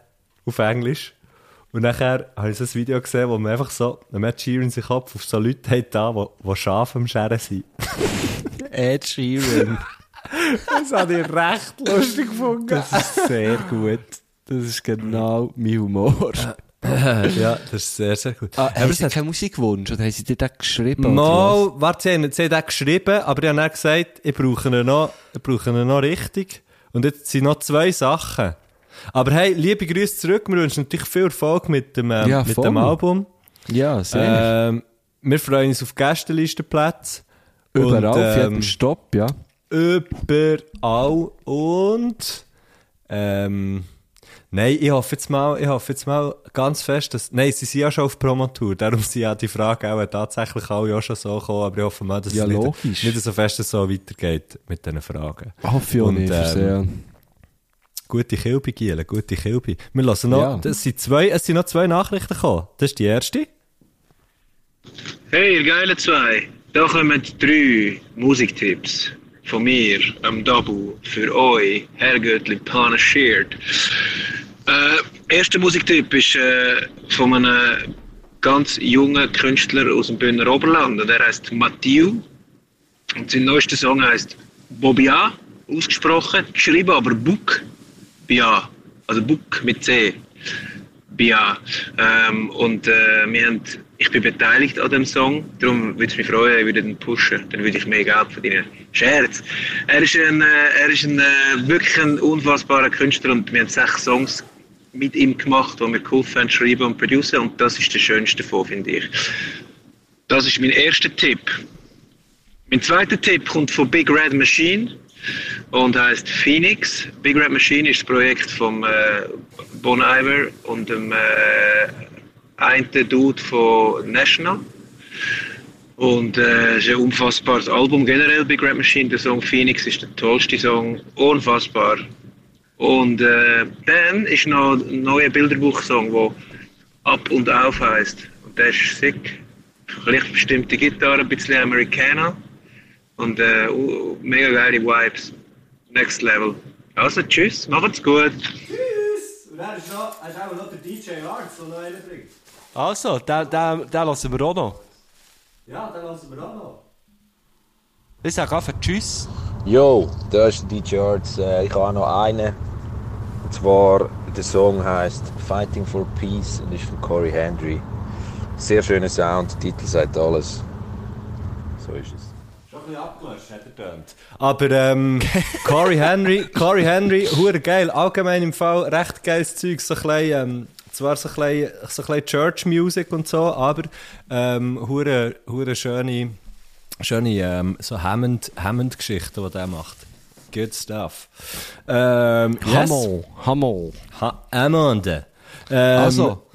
Speaker 2: auf Englisch. Und nachher habe ich so ein Video gesehen, wo man einfach so, einem Ed Sheeran sich Kopf auf so Leute hat, da, wo, wo Schafe am Scheren sind.
Speaker 5: Ed Sheeran.
Speaker 2: Das habe ich recht lustig gefunden.
Speaker 5: Das ist sehr gut. Das ist genau mein Humor.
Speaker 2: ja, das ist sehr, sehr gut.
Speaker 5: Ah,
Speaker 2: aber
Speaker 5: haben
Speaker 2: es
Speaker 5: sie
Speaker 2: hat,
Speaker 5: keinen Musikwunsch? Oder haben sie dir den geschrieben? oder
Speaker 2: mal, warte, sie haben, sie haben den geschrieben, aber ich habe dann gesagt, ich brauche ihn noch, ich brauche ihn noch richtig. Und jetzt sind noch zwei Sachen. Aber hey, liebe Grüße zurück. Wir wünschen natürlich viel Erfolg mit dem, ähm,
Speaker 5: Ja,
Speaker 2: mit
Speaker 5: voll.
Speaker 2: dem Album.
Speaker 5: was? Ja, sehr.
Speaker 2: Ähm, wir freuen uns auf Gästelistenplätze. Und,
Speaker 5: Überall, auf jedem
Speaker 2: ähm,
Speaker 5: Stopp, ja.
Speaker 2: überall und ähm, nein, ich hoffe jetzt mal, ich hoffe jetzt mal ganz fest, dass, nein, sie sind ja schon auf Promotour, darum sind ja die Fragen auch tatsächlich alle ja schon so gekommen, aber ich hoffe mal, dass
Speaker 5: Ja,
Speaker 2: es nicht,
Speaker 5: logisch. Ah,
Speaker 2: nicht so fest so weitergeht mit diesen Fragen.
Speaker 5: Hoffe ich auch
Speaker 2: und,
Speaker 5: nicht.
Speaker 2: ähm,
Speaker 5: fürs, ja.
Speaker 2: Gute Kilbe, Giele, gute Kilbe. Wir lassen noch,
Speaker 5: Ja.
Speaker 2: das sind zwei, es sind noch zwei Nachrichten gekommen. Das ist die erste.
Speaker 1: Hey, ihr geilen zwei, da kommen drei Musiktipps von mir, am Dabu, für euch, Herrgöttli Pana Sheard. Äh, erster Musiktipp ist äh, von einem ganz jungen Künstler aus dem Bühner Oberland, und der heißt Mathieu. Und sein neuester Song heißt Bobia, ausgesprochen, geschrieben aber Buk, Bia, also Buk mit C. Ja, ähm, und äh, wir haben, ich bin beteiligt an dem Song, darum würde es mich freuen, ich würde ihn pushen, dann würde ich mehr Geld verdienen. Scherz! Er ist ein, äh, er ist ein äh, wirklich ein unfassbarer Künstler und wir haben sechs Songs mit ihm gemacht, die wir geholfen haben, schreiben und produzieren und das ist der schönste davon, finde ich. Das ist mein erster Tipp. Mein zweiter Tipp kommt von Big Red Machine und heißt Phoenix. Big Red Machine ist das Projekt von äh, Bon Iver und dem äh, einen Dude von National. Und äh, es ist ein unfassbares Album generell, Big Red Machine. Der Song Phoenix ist der tollste Song, unfassbar. Und äh, dann ist noch ein neuer Bilderbuchsong, der Ab und Auf heißt. Und der ist sick. Vielleicht bestimmte Gitarre, ein bisschen Americana. Und äh, uh, mega geile Vibes. Next Level. Also tschüss, macht's gut.
Speaker 2: Wer ist noch? Er ist auch noch der DJ Arts, der noch einen bringt.
Speaker 5: Also, den, den, den lassen wir auch noch.
Speaker 2: Ja, den lassen wir auch noch.
Speaker 5: Ich sage einfach Tschüss.
Speaker 6: Yo, das ist der DJ Arts. Äh, Ich habe auch noch einen. Und zwar, der Song heißt Fighting for Peace und ist von Corey Hendry. Sehr schöner Sound, der Titel sagt alles. So ist es.
Speaker 2: Schon ein bisschen abgelöscht, hat er getönt. Aber ähm, Corey Henry, Corey Henry, hure geil. Allgemein im Fall recht geiles Zeug. So ein bisschen, ähm, zwar so ein bisschen, so ein bisschen Church Music und so, aber ähm, hure, hure schöne, schöne ähm, so Hammond, Hammond Geschichten, die der macht. Good stuff. Ähm, yes.
Speaker 5: Hammer, Hammer.
Speaker 2: Ha Hammond. Ähm,
Speaker 5: Also,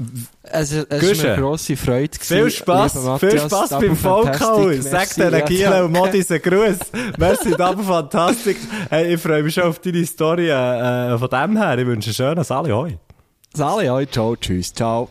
Speaker 5: es, es ist
Speaker 2: Guschen.
Speaker 5: mir eine grosse Freude. gewesen,
Speaker 2: Viel Spass,
Speaker 5: lieber
Speaker 2: viel
Speaker 5: Matthias,
Speaker 2: Spass
Speaker 5: Double
Speaker 2: beim Volkhaus.
Speaker 5: Fantastic,
Speaker 2: Sag
Speaker 5: merci,
Speaker 2: den
Speaker 5: ja,
Speaker 2: Giel
Speaker 5: danke.
Speaker 2: und Modis einen Gruß. Merci, aber fantastisch. Hey, ich freue mich schon auf deine Story äh, äh, von dem her. Ich wünsche einen schönen Sali. Hoi.
Speaker 5: Sali, hoi, ciao, tschüss, ciao.